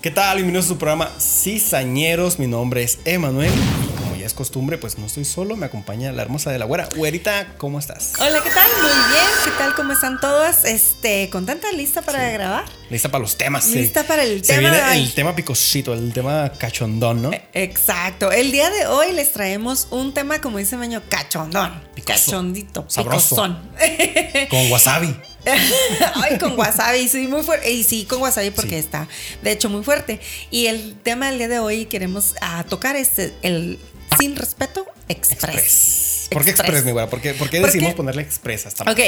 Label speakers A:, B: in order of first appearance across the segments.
A: ¿Qué tal? Bienvenidos a su programa Cizañeros. Mi nombre es Emanuel. Y Como ya es costumbre, pues no estoy solo. Me acompaña la hermosa de la güera. Güerita, ¿cómo estás?
B: Hola, ¿qué tal? Muy bien, ¿qué tal? ¿Cómo están todas? Este, ¿contenta? ¿Lista para grabar?
A: ¿Lista para los temas? sí.
B: Lista para el
A: Se
B: tema
A: viene
B: de hoy.
A: el tema picosito, el tema cachondón, ¿no?
B: E, Exacto. El día de hoy les traemos un tema, como dice Maño, cachondón.
A: Picoso.
B: Cachondito.
A: Sabroso.
B: Picosón.
A: Con wasabi.
B: Ay, con wasabi, sí, muy fuerte. Y sí, con wasabi porque
A: Sí.
B: está, de hecho, muy fuerte. Y el tema del día de hoy queremos ah, tocar es el sin respeto express.
A: Express. ¿Por qué
B: Express.
A: express, mi güera? ¿Por qué, por qué
B: ¿Por
A: decidimos
B: qué?
A: ponerle express hasta
B: Ok,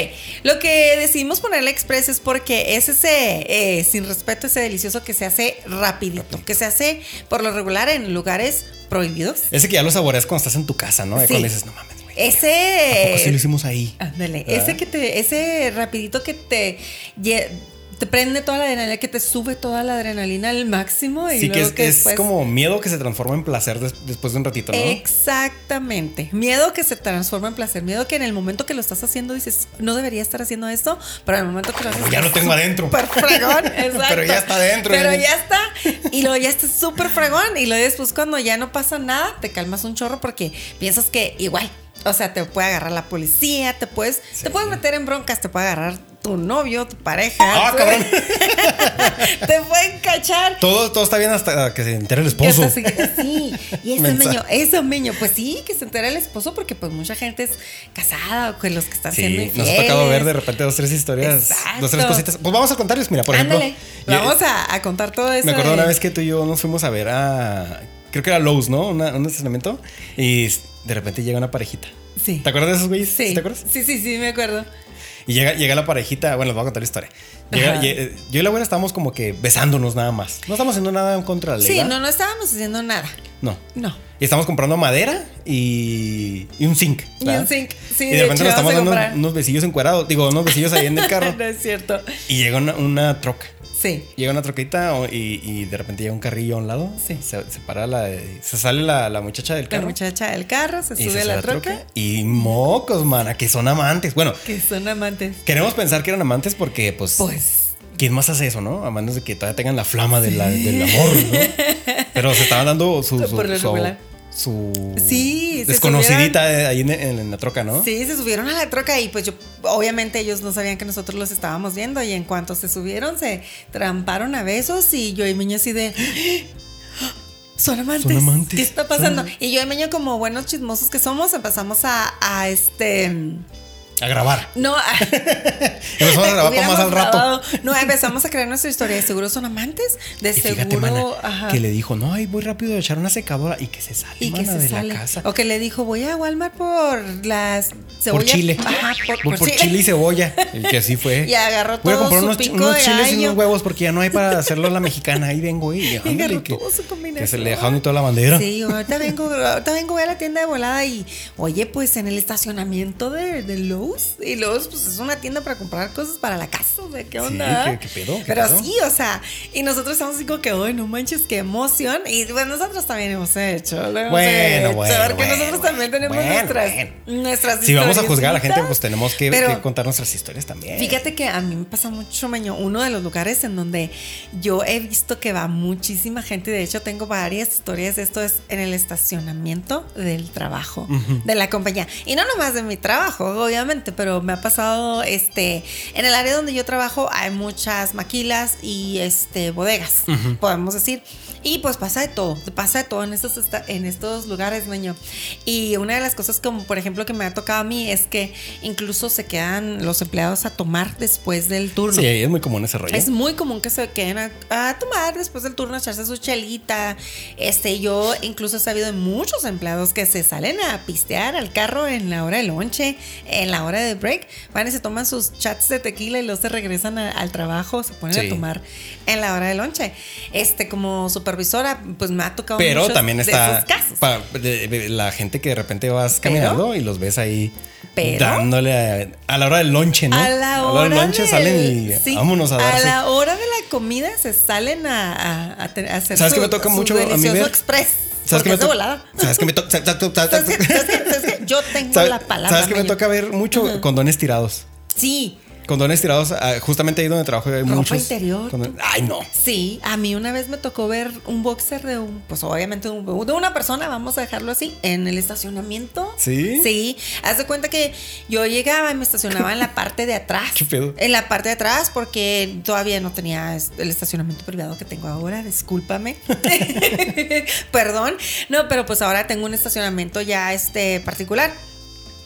B: lo que decidimos ponerle express es porque es ese, eh, sin respeto, ese delicioso que se hace rapidito, que se hace por lo regular en lugares prohibidos.
A: Ese que ya lo saboreas cuando estás en tu casa, ¿no? Y
B: Sí. Eh,
A: Cuando dices, no mames, güey. ¿A poco sí lo
B: Ese...
A: hicimos ahí?
B: Ándale,
A: ¿Verdad?
B: ese que te, ese rapidito que te, lle- te prende toda la adrenalina, que te sube toda la adrenalina al máximo y
A: Sí, que
B: luego
A: es,
B: que
A: es
B: después-
A: como miedo que se transforma en placer des- después de un ratito, ¿no?
B: Exactamente. Miedo que se transforma en placer. Miedo que en el momento que lo estás haciendo dices, no debería estar haciendo esto, pero en el momento que lo haces.
A: ya lo
B: estás
A: tengo adentro.
B: Súper fregón. Exacto.
A: Pero ya está adentro.
B: Pero
A: ¿eh?
B: ya está. Y luego ya está súper fregón. Y luego después, cuando ya no pasa nada, te calmas un chorro porque piensas que igual. O sea, te puede agarrar la policía, te puedes, te puedes meter en broncas, te puede agarrar tu novio, tu pareja.
A: Ah,
B: te-
A: cabrón.
B: te pueden cachar.
A: Todo, todo está bien hasta que se entere el esposo.
B: Hasta se- Sí, y ese
A: Mensaje.
B: meño, ese meño, pues sí, que se entera el esposo porque pues mucha gente es casada o con los que están siendo
A: Sí, nos
B: infieles.
A: ha tocado ver de repente dos, tres historias,
B: Exacto.
A: dos, tres cositas. Pues vamos a contarles, mira, por
B: Ándale,
A: ejemplo. yo-
B: vamos a, a contar todo eso.
A: Me acuerdo
B: de-
A: una vez que tú y yo nos fuimos a ver a. Creo que era Lowe's, ¿no? Una- un estacionamiento. Y de repente llega una parejita.
B: Sí.
A: ¿Te acuerdas de esos güeyes?
B: Sí.
A: ¿Te acuerdas?
B: Sí, sí, sí, me acuerdo.
A: Y llega, llega la parejita. Bueno, les voy a contar la historia. Llega-
B: Ajá.
A: lle- yo y la abuela estábamos como que besándonos nada más. No estamos haciendo nada en contra de la ley.
B: Sí,
A: ¿verdad?
B: no, no estábamos haciendo nada.
A: No.
B: No.
A: Y estamos comprando madera y, y un zinc.
B: Y
A: ¿verdad?
B: un zinc. Sí,
A: Y
B: de
A: de repente
B: hecho,
A: nos estamos
B: vamos
A: dando
B: a
A: unos,
B: comprar.
A: unos besillos encuerados. Digo, unos besillos ahí en el carro.
B: no es cierto.
A: Y llega una, una troca.
B: Sí.
A: Llega una troquita o- y, y de repente llega un carrillo a un lado.
B: Sí.
A: Se, se para la. de- Se sale la, la muchacha del
B: La
A: carro.
B: muchacha del carro se
A: y
B: sube
A: se
B: a
A: sube
B: la troca,
A: Y mocos, mana, que son amantes. Bueno,
B: que son amantes.
A: queremos pensar que eran amantes porque, pues.
B: Pues.
A: ¿Quién más hace eso, no? A menos de que todavía tengan la flama de la- del amor, ¿no? Pero se estaban dando su. su,
B: Por lo
A: su-
B: regular.
A: su
B: Sí, se
A: desconocidita eh, ahí en, en- en la troca, ¿no?
B: Sí, se subieron a la troca y pues yo, obviamente ellos no sabían que nosotros los estábamos viendo y en cuanto se subieron se tramparon a besos y yo y Meño así de... ¡Ah! Son amantes.
A: Son amantes.
B: ¿Qué está pasando?
A: Son-
B: Y yo y Meño como buenos chismosos que somos empezamos a, a este...
A: A grabar.
B: No, a,
A: Empezamos a grabar para más al rato.
B: hubiéramos grabado. No, empezamos a crear nuestra historia. De seguro son amantes. De
A: Y
B: seguro...
A: fíjate, mana,
B: ajá.
A: que le dijo, no, ay, voy rápido a echar una secadora y que se sale,
B: y que
A: mana,
B: se
A: de
B: sale.
A: la casa.
B: O que le dijo, voy a Walmart por las cebollas.
A: Por chile.
B: Ajá,
A: Voy
B: por, por chile.
A: y cebolla. El que así fue.
B: Y agarró
A: Voy a
B: todo
A: comprar
B: su
A: unos,
B: pico
A: unos
B: de
A: chiles y
B: gallo.
A: unos huevos porque ya no hay para hacerlo a la mexicana. Ahí vengo, güey. Y ándale,
B: agarró
A: que,
B: todo su combinación.
A: que se le dejaron y toda la bandera.
B: Sí, ahorita vengo, ahorita vengo voy a la tienda de volada y, oye, pues en el estacionamiento de, de Lowe's. Y Lowe's, pues es una tienda para comprar cosas para la casa. O sea, ¿qué
A: Sí,
B: onda?
A: ¿qué- qué pedo? ¿Qué
B: Pero
A: pedo?
B: sí, o sea, y nosotros estamos así como que, ay, no manches, qué emoción. Y pues nosotros también hemos hecho. lo hemos
A: Bueno, bueno,
B: hecho, Porque
A: bueno,
B: nosotros también tenemos
A: bueno,
B: nuestras,
A: bueno.
B: nuestras
A: Si vamos a juzgar a la gente,
B: historias.
A: pues tenemos que,
B: Pero-
A: que contar nuestras historias también.
B: Fíjate que a mí me pasa mucho, Meño, uno de los lugares en donde yo he visto que va muchísima gente, de hecho tengo varias historias, de esto es en el estacionamiento del trabajo, de la compañía, y no nomás de mi trabajo, obviamente, pero me ha pasado, este, en el área donde yo trabajo hay muchas maquilas y, este, bodegas, podemos decir, y pues pasa de todo, pasa de todo en estos, esta- en estos lugares, Meño, y una de las cosas como, por ejemplo, que me ha tocado a mí es que incluso se quedan los empleados a tomar después del turno.
A: Sí, es muy común ese rollo.
B: Es muy común que se queden a, a tomar después del turno, a echarse su chelita. Este, yo incluso he sabido de muchos empleados que se salen a pistear al carro en la hora de lonche, en la hora de break. Van y se toman sus chats de tequila y luego se regresan a- al trabajo, se ponen
A: Sí.
B: a tomar en la hora de lonche. Este, como supervisora, pues me ha tocado
A: Pero
B: muchos
A: también
B: de
A: está
B: esos casos.
A: pa- de- de- la gente que de repente vas
B: Pero-
A: caminando y los ves ahí
B: Pero-
A: dándole a, a la hora del lonche, ¿no?
B: A la hora,
A: del lonche
B: del-
A: salen y
B: sí,
A: vámonos a darse.
B: la hora de la comida se salen a, a- a te- a hacer
A: ¿Sabes
B: su,
A: qué me toca
B: su
A: mucho a mí
B: delicioso
A: ver?
B: express.
A: ¿Sabes
B: porque
A: qué me
B: es de
A: to-
B: volada.
A: ¿Sabes qué me toca?
B: ¿Sabes qué? ¿Sabes qué? ¿Sabes qué? Yo tengo
A: ¿Sabes-
B: la palabra.
A: ¿Sabes que me
B: Maya.
A: toca ver mucho condones tirados?
B: Sí.
A: Condones tirados, ah, justamente ahí donde trabajo hay
B: Ropa
A: muchos.
B: interior.
A: condones. Ay, no.
B: Sí, a mí una vez me tocó ver un boxer de un, pues obviamente de un- de una persona, vamos a dejarlo así, en el estacionamiento.
A: ¿Sí?
B: Sí, haz de cuenta que yo llegaba y me estacionaba en la parte de atrás.
A: ¿Qué pedo?
B: En la parte de atrás porque todavía no tenía es- el estacionamiento privado que tengo ahora, discúlpame. Perdón. No, pero pues ahora tengo un estacionamiento ya este particular.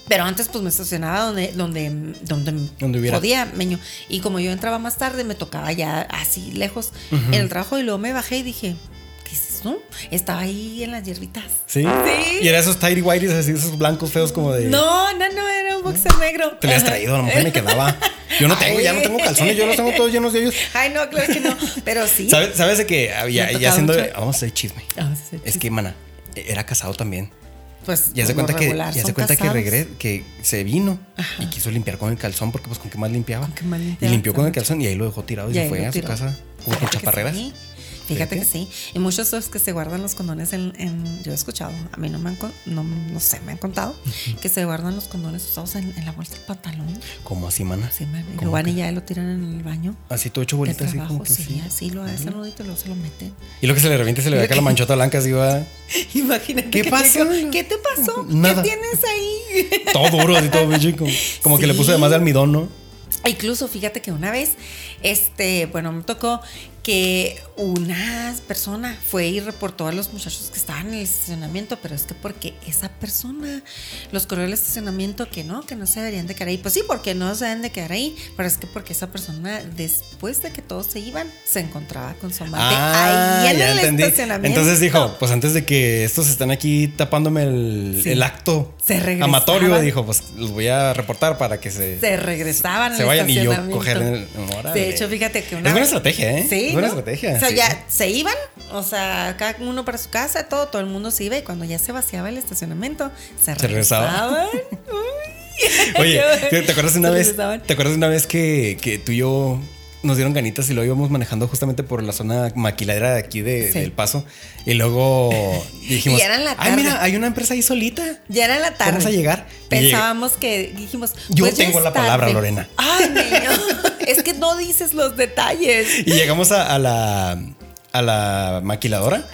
B: Pero antes pues me estacionaba donde donde donde,
A: Donde hubiera.
B: podía, meño. Y como yo entraba más tarde, me tocaba ya así lejos en el trabajo y luego me bajé y dije, ¿qué es eso? Estaba ahí en las hierbitas.
A: ¿Sí?
B: Sí.
A: Y era esos tidy whities así, esos blancos feos como de.
B: No, no, no, era un boxer negro.
A: Te lo has traído, a lo mejor me quedaba. Yo no tengo, ya no tengo calzones, yo los tengo todos llenos de ellos.
B: Ay, no, claro que no. Pero sí.
A: ¿Sabes, sabes de que ah, ya, ya
B: Me tocaba
A: haciendo.
B: mucho. Ah,
A: Vamos a hacer chisme.
B: Vamos a hacer
A: Es
B: chiste.
A: que, mana, era casado también.
B: pues,
A: Ya se
B: por lo
A: cuenta que,
B: regular
A: ya se
B: son
A: cuenta que,
B: casados.
A: regre- que se vino y quiso limpiar con el calzón porque pues con qué más limpiaba.
B: ¿Con qué más
A: y
B: limpiaba?
A: limpió con el calzón y ahí lo dejó tirado y,
B: Y
A: se
B: ahí
A: fue
B: lo
A: a su
B: tiró.
A: casa como con
B: Fíjate que
A: chaparreras.
B: sí. Fíjate que sí. Y muchos de los que se guardan los condones en, en- yo he escuchado, a mí no me han con- no, no sé, me han contado que se guardan los condones usados en, en la bolsa del pantalón.
A: Como así, mana.
B: Sí, man, y
A: ¿Cómo
B: lo van
A: que?
B: y ya lo tiran en el baño.
A: Así todo hecho
B: del
A: bolita, así como
B: trabajo,
A: que
B: sí,
A: así.
B: así lo hacen nudito y luego se lo meten.
A: Y lo que se le reviente se le ve acá la manchota blanca, así va
B: Imagínate.
A: ¿Qué
B: que te
A: pasó?
B: digo, ¿Qué te pasó?
A: Nada.
B: ¿Qué tienes ahí?
A: todo duro, así todo bicho, como, como que le puso
B: Sí.
A: además de almidón, ¿no?
B: E Incluso fíjate que una vez, este, bueno, me tocó que una persona fue y reportó a los muchachos que estaban en el estacionamiento, pero es que porque esa persona los corrió del estacionamiento que no, que no se deberían de quedar ahí. Pues sí, porque no se deben de quedar ahí, pero es que porque esa persona, después de que todos se iban, se encontraba con su amante ahí en
A: Ah, ya
B: el
A: entendí.
B: estacionamiento.
A: Entonces dijo, pues antes de que estos están aquí tapándome el,
B: Sí.
A: el acto
B: Se regresaban.
A: amatorio, dijo, pues los voy a reportar para que se,
B: se regresaban
A: se
B: al
A: vayan y yo
B: estacionamiento.
A: coger el... Órale.
B: De hecho, fíjate que una
A: Es buena
B: vez-
A: estrategia, ¿eh?
B: Sí.
A: Es buena
B: ¿no?
A: estrategia.
B: O sea,
A: sí.
B: ya se iban, o sea, cada uno para su casa, todo, todo el mundo se iba y cuando ya se vaciaba el estacionamiento, se,
A: Se regresaba.
B: regresaban. Uy.
A: Oye, ¿te, te acuerdas de una
B: Se
A: vez?
B: regresaban.
A: ¿Te acuerdas de una vez que, que tú y yo nos dieron ganitas y lo íbamos manejando justamente por la zona maquiladera de aquí de,
B: Sí.
A: del Paso? Y luego dijimos,
B: Y era en la
A: ay,
B: tarde.
A: mira, hay una empresa ahí solita.
B: Ya era la tarde.
A: Vamos a llegar. Y llegué.
B: Pensábamos que dijimos.
A: Yo
B: pues ya
A: tengo
B: es
A: la palabra,
B: tarde.
A: Lorena.
B: Ay, niño. es que no dices los detalles.
A: Y llegamos a, a la a la maquiladora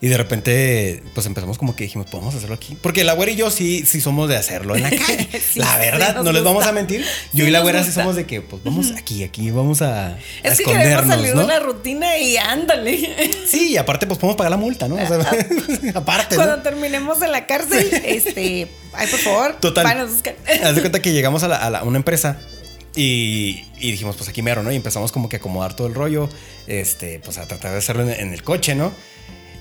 A: y de repente pues empezamos como que dijimos podemos hacerlo aquí porque la güera y yo sí sí somos de hacerlo en la calle
B: Sí,
A: la
B: sí,
A: verdad
B: nos
A: no les vamos a
B: gusta.
A: mentir
B: Sí,
A: yo y la
B: nos
A: güera sí
B: gusta.
A: somos de que pues vamos aquí aquí vamos a, a
B: Es que queremos
A: escondernos
B: salir
A: ¿no?
B: de una rutina y ándale.
A: sí y aparte pues podemos pagar la multa no O sea, aparte ¿no?
B: Cuando terminemos en la cárcel, este, ay, por favor,
A: Total.
B: van a buscar.
A: Haz de cuenta que llegamos a, la- a la- una empresa y, y dijimos, pues aquí mero, ¿no? Y empezamos como que a acomodar todo el rollo, este, pues a tratar de hacerlo en, en el coche, ¿no?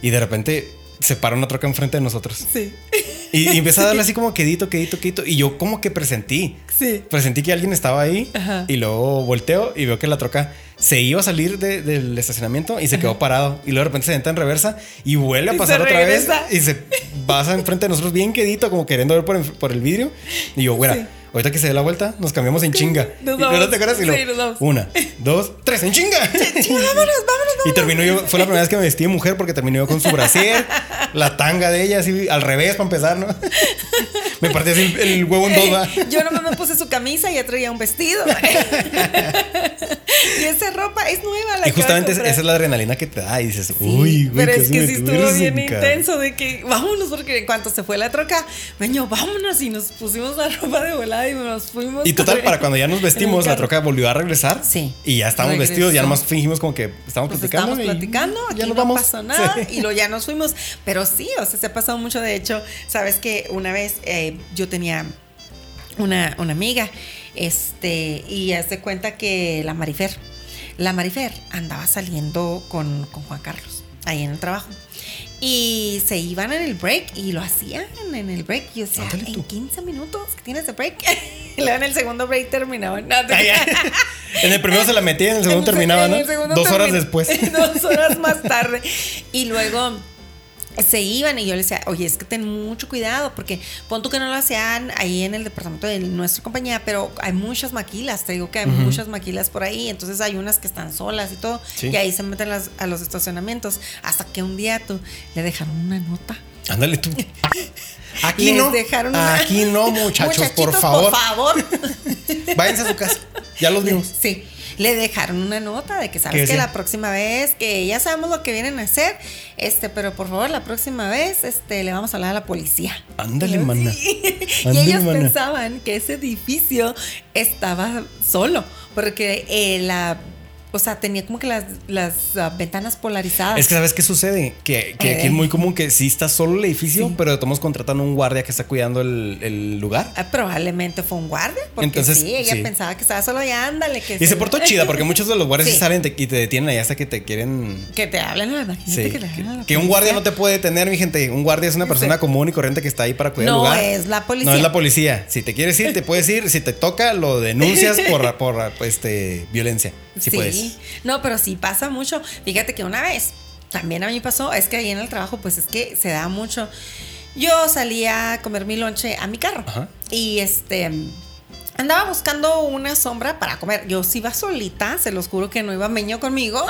A: Y de repente se para una troca enfrente de nosotros.
B: Sí,
A: Y, y empieza a darle así como quedito, quedito, quedito. Y yo como que presentí,
B: sí.
A: presentí que alguien estaba ahí
B: Ajá.
A: y luego volteo y veo que la troca se iba a salir de- del estacionamiento y se quedó parado. Y luego de repente se entra en reversa y vuelve a
B: Y
A: pasar
B: se
A: otra vez
B: regresa.
A: y se pasa enfrente de nosotros bien quedito, como queriendo ver por, en- por el vidrio. Y yo, güera,
B: Sí.
A: ahorita que se dé la vuelta, nos cambiamos en chinga.
B: Nos
A: y luego,
B: vamos.
A: te acuerdas? Y
B: Sí,
A: luego,
B: nos vamos.
A: una, dos, tres, en chinga.
B: Vámonos, vámonos,
A: Y terminó yo, fue la primera vez que me vestí de mujer porque terminó yo con su brasier, la tanga de ella, así al revés para empezar, ¿no? Me partí así el, el huevo en dos, ¿va?
B: Eh, Yo nomás me puse su camisa y ya traía un vestido. y esa ropa es nueva. La
A: Y justamente
B: que
A: esa
B: voy a
A: es
B: comprar.
A: la adrenalina que te da y dices,
B: Sí,
A: uy, güey,
B: Pero es
A: casi
B: que
A: me
B: sí estuvo
A: tuercen,
B: bien
A: cabrón".
B: intenso de que vámonos, porque en cuanto se fue la troca, meño, vámonos. Y nos pusimos la ropa de volada y nos fuimos.
A: Y total, para cuando ya nos vestimos, la
B: troca
A: troca volvió a regresar.
B: Sí.
A: Y ya estábamos
B: Regresó.
A: vestidos, ya nomás fingimos como que estábamos
B: Pues
A: platicando.
B: estábamos
A: y
B: platicando, aquí no pasó nada
A: Sí.
B: y luego ya nos fuimos. Pero sí, o sea, se ha pasado mucho. De hecho, sabes que una vez eh, yo tenía una, una amiga, este, y hace cuenta que la Marifer, la Marifer andaba saliendo con, con Juan Carlos ahí en el trabajo. Y se iban en el break y lo hacían en el break. Yo decía,
A: Ándale tú.
B: en 15 minutos que tienes de break. y luego en el segundo break terminaban. No,
A: Ay, ay. En el primero se la metía, en el segundo
B: en el-
A: terminaba,
B: en
A: ¿no?
B: el segundo
A: Dos horas
B: termi-
A: después.
B: Dos horas más tarde. Y luego se iban y yo les decía, oye, es que ten mucho cuidado, porque pon tú que no lo hacían ahí en el departamento de nuestra compañía, pero hay muchas maquilas, te digo que hay muchas maquilas por ahí, entonces hay unas que están solas y todo,
A: Sí.
B: y ahí se meten las- a los estacionamientos, hasta que un día tú le dejaron una nota.
A: Ándale tú. Aquí
B: Les
A: no.
B: dejaron una-
A: Aquí no, muchachos, por
B: Muchachitos,
A: favor.
B: Por favor.
A: Váyanse a su casa. Ya los vimos.
B: Sí. Le dejaron una nota de que sabes
A: ¿Qué
B: que
A: decía?
B: la próxima vez, que ya sabemos lo que vienen a hacer, este, pero por favor, la próxima vez, este, le vamos a hablar a la policía.
A: Ándale,
B: Sí.
A: mana.
B: y
A: Ándale,
B: ellos
A: mana.
B: pensaban que ese edificio estaba solo, porque eh, la, o sea, tenía como que las, las ah, ventanas polarizadas.
A: Es que sabes qué sucede, que, que
B: Eh.
A: aquí es muy común que sí está solo el edificio,
B: Sí.
A: pero de todos modos contratan a un guardia que está cuidando el, el lugar.
B: Ah, probablemente fue un guardia, porque
A: Entonces,
B: sí, ella
A: sí.
B: pensaba que estaba solo y ándale. Que
A: Y se portó chida, porque muchos de los guardias
B: Sí.
A: sí salen y te- y te detienen ahí hasta que te quieren.
B: Que te hablen, imagínate
A: Sí,
B: que, le hablen a
A: que,
B: la pues,
A: que un
B: policía.
A: guardia no te puede detener, mi gente. Un guardia es una persona común y corriente que está ahí para cuidar el
B: No
A: lugar.
B: es la policía.
A: No es la policía. Si te quieres ir, te puedes ir. Si te toca, lo denuncias por, por este, violencia. Si puedes.
B: No, pero sí pasa mucho. Fíjate que una vez, también a mí pasó, es que ahí en el trabajo, pues es que se da mucho. Yo salía a comer mi lonche a mi carro.
A: Ajá.
B: Y este. Andaba buscando una sombra para comer. Yo sí iba solita, se los juro que no iba meño conmigo.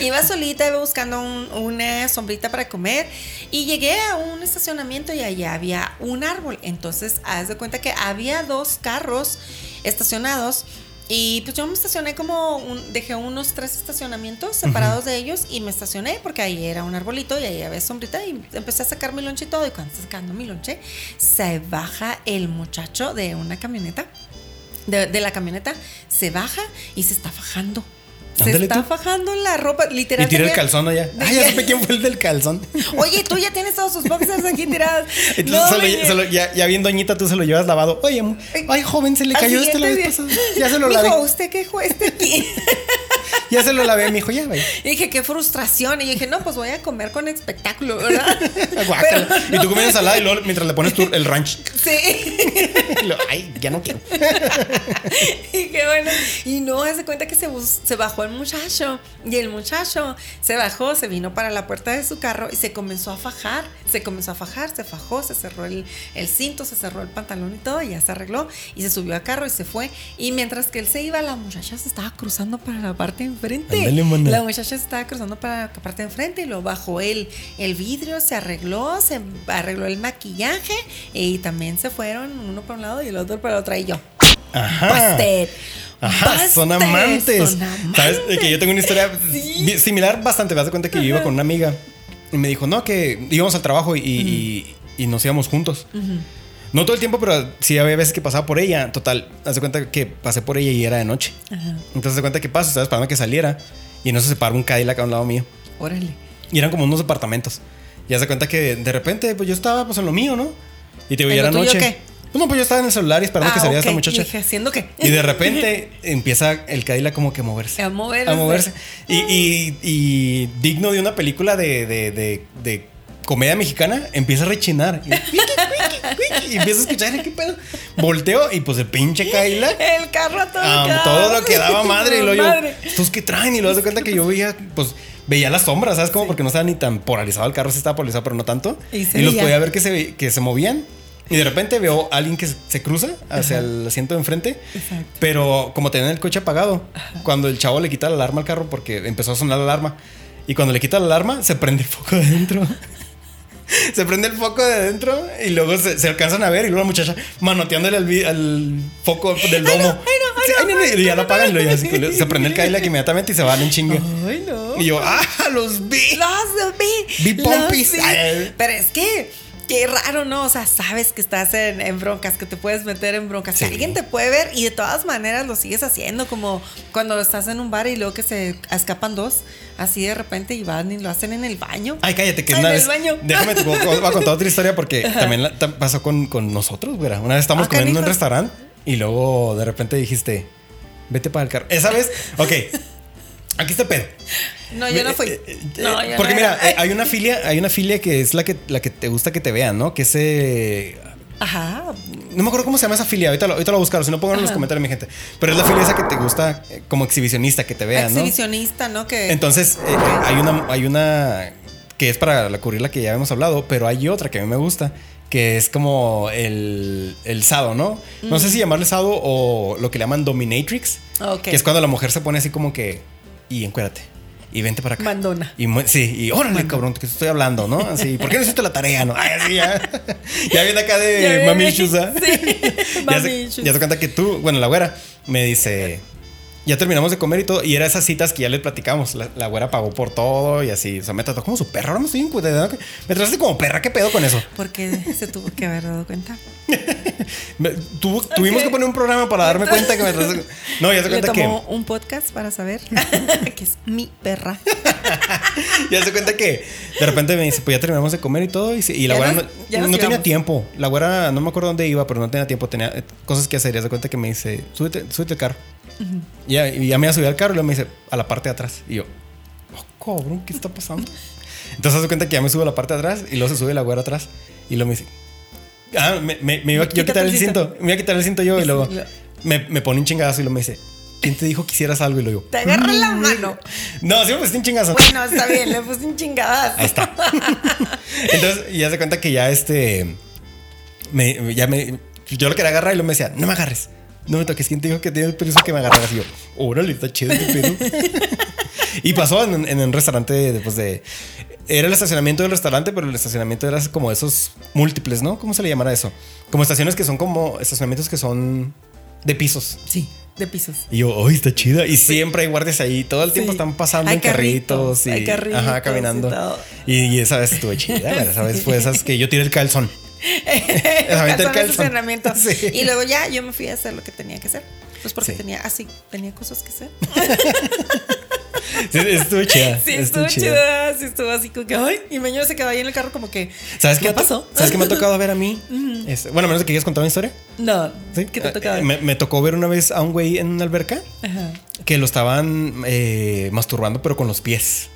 B: iba solita, iba buscando un- una sombrita para comer. Y llegué a un estacionamiento y allá había un árbol. Entonces, haz de cuenta que había dos carros estacionados. Y pues yo me estacioné como, un- dejé unos tres estacionamientos separados de ellos y me estacioné porque ahí era un arbolito y ahí había sombrita y empecé a sacar mi lonche y todo. Y cuando estaba sacando mi lonche, se baja el muchacho de una camioneta, de, de la camioneta, se baja y se está fajando. Se
A: Ándale
B: está
A: tú.
B: fajando la ropa, literal.
A: Y tira el
B: tenía-
A: calzón allá. Ay, ya supe quién fue el del calzón.
B: Oye, tú ya tienes todos sus boxers aquí tirados.
A: Entonces,
B: No,
A: se lo-
B: oye.
A: se lo- ya, ya bien doñita, tú se lo llevas lavado. Oye, mu- ay, joven, se le
B: Al
A: cayó este la vez
B: siguiente
A: pasada.
B: día.
A: Ya se lo
B: Mijo,
A: lavé.
B: ¿usted qué juez está aquí?
A: Ya se lo lavé, mijo. Ya, vaya.
B: Y dije, qué frustración. Y yo dije, no, pues voy a comer con espectáculo, ¿verdad?
A: Guácala.
B: Pero
A: Y tú comes ensalada y luego mientras le pones tú el ranch.
B: Sí.
A: Y luego, ay, ya no quiero.
B: Y qué bueno. Y no, hace cuenta que se, bus- se bajó el muchacho. Y el muchacho se bajó, se vino para la puerta de su carro y se comenzó a fajar. Se comenzó a fajar, se fajó, se cerró el, el cinto, se cerró el pantalón y todo. Y ya se arregló. Y se subió al carro y se fue. Y mientras que él se iba, la muchacha se estaba cruzando para la parte de enfrente.
A: Ándale, maná.
B: La muchacha se estaba cruzando para la parte de enfrente y lo bajó él. El vidrio se arregló, se arregló el maquillaje. Y también se fueron uno para un lado y el otro para el otro. Y yo.
A: Ajá.
B: Busted.
A: Ajá,
B: Busted.
A: son amantes.
B: Son amantes.
A: ¿Sabes? De Que yo tengo una historia
B: Sí.
A: bi- similar bastante. Me das cuenta que yo iba con una amiga y me dijo, no, que íbamos al trabajo y, y- y nos íbamos juntos. No todo el tiempo, pero sí había veces que pasaba por ella. Total, haz de cuenta que pasé por ella y era de noche.
B: Ajá.
A: Entonces, haz de cuenta que paso, estaba esperando que saliera y no se separó un Cadillac a un lado mío.
B: Órale.
A: Y eran como unos departamentos. Y haz de cuenta que de repente, pues yo estaba pues, en lo mío, ¿no? Y te digo,
B: ¿En
A: y era
B: lo tuyo
A: noche.
B: qué?
A: Pues no, pues yo estaba en el celular y esperando que
B: Ah,
A: saliera esta
B: ok.
A: muchacha.
B: Y dije, ¿haciendo qué?
A: Y de repente empieza el Cadillac como que a moverse.
B: A moverse.
A: A moverse. Y, y- y digno de una película de, de- de- de comedia mexicana, empieza a rechinar. Y, "Cuiqui, cuiqui, cuiqui", y empiezo a escuchar, ¿qué pedo? Volteo y pues el pinche Cadillac.
B: El carro a todo,
A: a
B: lo que daba.
A: todo lo que daba madre. Y luego yo,
B: Madre.
A: ¿estos qué traen? Y luego das cuenta que yo veía, pues veía las sombras, ¿sabes? Como porque no estaba ni tan polarizado el carro, sí estaba polarizado, pero no tanto.
B: Y
A: Y,
B: se
A: los
B: veía.
A: podía ver que se, que se movían. Y de repente veo a alguien que se- se cruza hacia el asiento de enfrente.
B: Exacto.
A: Pero como tenían el coche apagado, cuando el chavo le quita la alarma al carro porque empezó a sonar la alarma. Y cuando le quita la alarma, se prende el foco de dentro. se prende el foco de dentro y luego se, se alcanzan a ver. Y luego la muchacha manoteándole al, vi- al foco del
B: Ay, no,
A: domo.
B: ay, no, ay,
A: Sí,
B: no,
A: ay, no,
B: ay,
A: no, y ya
B: no,
A: lo apagan. y luego ya se,
B: no.
A: se prende el Cadillac inmediatamente y se van en chinga.
B: Ay, no.
A: Y yo, ¡ah! ¡Los vi!
B: Los vi.
A: Vi
B: los
A: pompis.
B: vi.
A: Ay.
B: Pero es que, qué raro, ¿no? O sea, sabes que estás en, en broncas, que te puedes meter en broncas, que
A: Sí.
B: alguien te puede ver y de todas maneras lo sigues haciendo, como cuando estás en un bar y luego que se escapan dos, así de repente y van y lo hacen en el baño.
A: Ay, cállate, que
B: Ay,
A: una
B: en el
A: vez.
B: baño.
A: Déjame te, voy a contar otra historia porque también la- ta- pasó con, con nosotros, güey. Una vez estábamos
B: Ah,
A: comiendo en un
B: canijo.
A: restaurante y luego de repente dijiste, vete para el carro. Esa vez, ok. Aquí está el pedo.
B: No, yo no fui.
A: Eh, eh, eh,
B: No, yo
A: porque
B: no
A: mira,
B: era.
A: eh, hay una filia, hay una filia que es la que, la que te gusta que te vean, ¿no? Que ese.
B: Ajá.
A: No me acuerdo cómo se llama esa filia. Ahorita lo, ahorita lo buscaron. Si no, pongan en los
B: Ajá.
A: comentarios, mi gente. Pero es la filia esa que te gusta eh, como exhibicionista que te vean, ¿no?
B: Exhibicionista, ¿no? Que.
A: Entonces, eh, hay, una, hay una que es para la cubrir la que ya hemos hablado, pero hay otra que a mí me gusta, que es como el, el sado, ¿no? No
B: Mm.
A: sé si llamarle sado o lo que le llaman dominatrix,
B: Ok.
A: que es cuando la mujer se pone así como que, y encuérdate. y vente para acá.
B: Mandona.
A: Y mu- sí, y órale, cabrón, que te estoy hablando, ¿no? Así, ¿por qué no hiciste la tarea? No, ay, así ya. Ya viene acá
B: Ya
A: de
B: viene-
A: mami issues, ¿ah?
B: Sí,
A: ya,
B: mami
A: se,
B: issues.
A: ya se cuenta que tú, bueno, la güera, me dice, ya terminamos de comer y todo. Y era esas citas que ya le platicamos. La, la güera pagó por todo y así. O sea, me trató como su perra. Ahora me estoy encuadrando que- Me trataste como perra. ¿Qué pedo con eso?
B: Porque se tuvo que haber dado cuenta.
A: Me- tuvo- Tuvimos que poner un programa para darme cuenta que me trataste. No, ya se
B: Le
A: cuenta que.
B: tomó un podcast para saber que es mi perra.
A: Ya se cuenta que de repente me dice, pues ya terminamos de comer y todo. Y, se- y la
B: Ya
A: güera
B: nos- ya
A: no,
B: nos
A: no tenía
B: íbamos.
A: tiempo. La güera no me acuerdo dónde iba, pero no tenía tiempo. Tenía eh, cosas que hacer. Ya se cuenta que me dice, súbete, súbete al carro. Y ya, y ya me iba a subir al carro y luego me dice, a la parte de atrás. Y yo, oh, cabrón, ¿qué está pasando? Entonces se cuenta que ya me subo a la parte de atrás y luego se sube la güera atrás. Y luego me dice, ah, me, me- me iba a yo a
B: Quítate
A: quitar
B: el
A: el
B: cinto.
A: cinto. Me iba a quitar el cinto yo. Y
B: Y
A: luego
B: lo-
A: me, me pone un chingadazo y luego me dice, ¿quién te dijo que hicieras algo? Y luego yo,
B: Te agarra la
A: Mm.
B: mano.
A: no, siempre me pusiste un chingazo.
B: Bueno, está bien, le puse un chingadazo.
A: Ahí está. Entonces, ya se cuenta que ya este. me- ya me, yo lo quería agarrar y lo me decía, no me agarres. No me toques. ¿Quién te dijo que tienes permiso que me agarraras? Y yo, órale, está chido este pedo. y pasó en, en un restaurante después de. Era el estacionamiento del restaurante, pero el estacionamiento era como esos múltiples, ¿no? ¿Cómo se le llamará eso? Como estaciones que son como. Estacionamientos que son de pisos.
B: Sí, de pisos.
A: Y yo, ¡ay, está chida! Y siempre hay guardias ahí. Todo el tiempo
B: Sí.
A: están pasando
B: Hay
A: en carritos.
B: carritos,
A: y,
B: hay carritos
A: Ajá,
B: y
A: caminando.
B: todo.
A: Y, y esa vez estuvo chida. bueno, esa vez fue esas que yo tiré el calzón. Aventé el
B: Calzón,
A: calzón.
B: estacionamiento.
A: Sí.
B: Y luego ya yo me fui a hacer lo que tenía que hacer. Pues porque
A: Sí.
B: tenía así, tenía cosas que hacer.
A: Sí, Estuvo chida.
B: Sí, estuvo chida. Sí, estuvo así como que, ay, y Meño se quedó ahí en el carro como que.
A: ¿Sabes qué,
B: ¿Qué
A: me to-
B: pasó?
A: ¿Sabes qué me ha tocado ver a mí? Este, bueno, a menos que quieras contar una historia.
B: No,
A: ¿Sí?
B: ¿qué te ha
A: Eh,
B: tocado?
A: Me, me tocó ver una vez a un güey en una alberca
B: Ajá.
A: que lo estaban eh, masturbando, pero con los pies.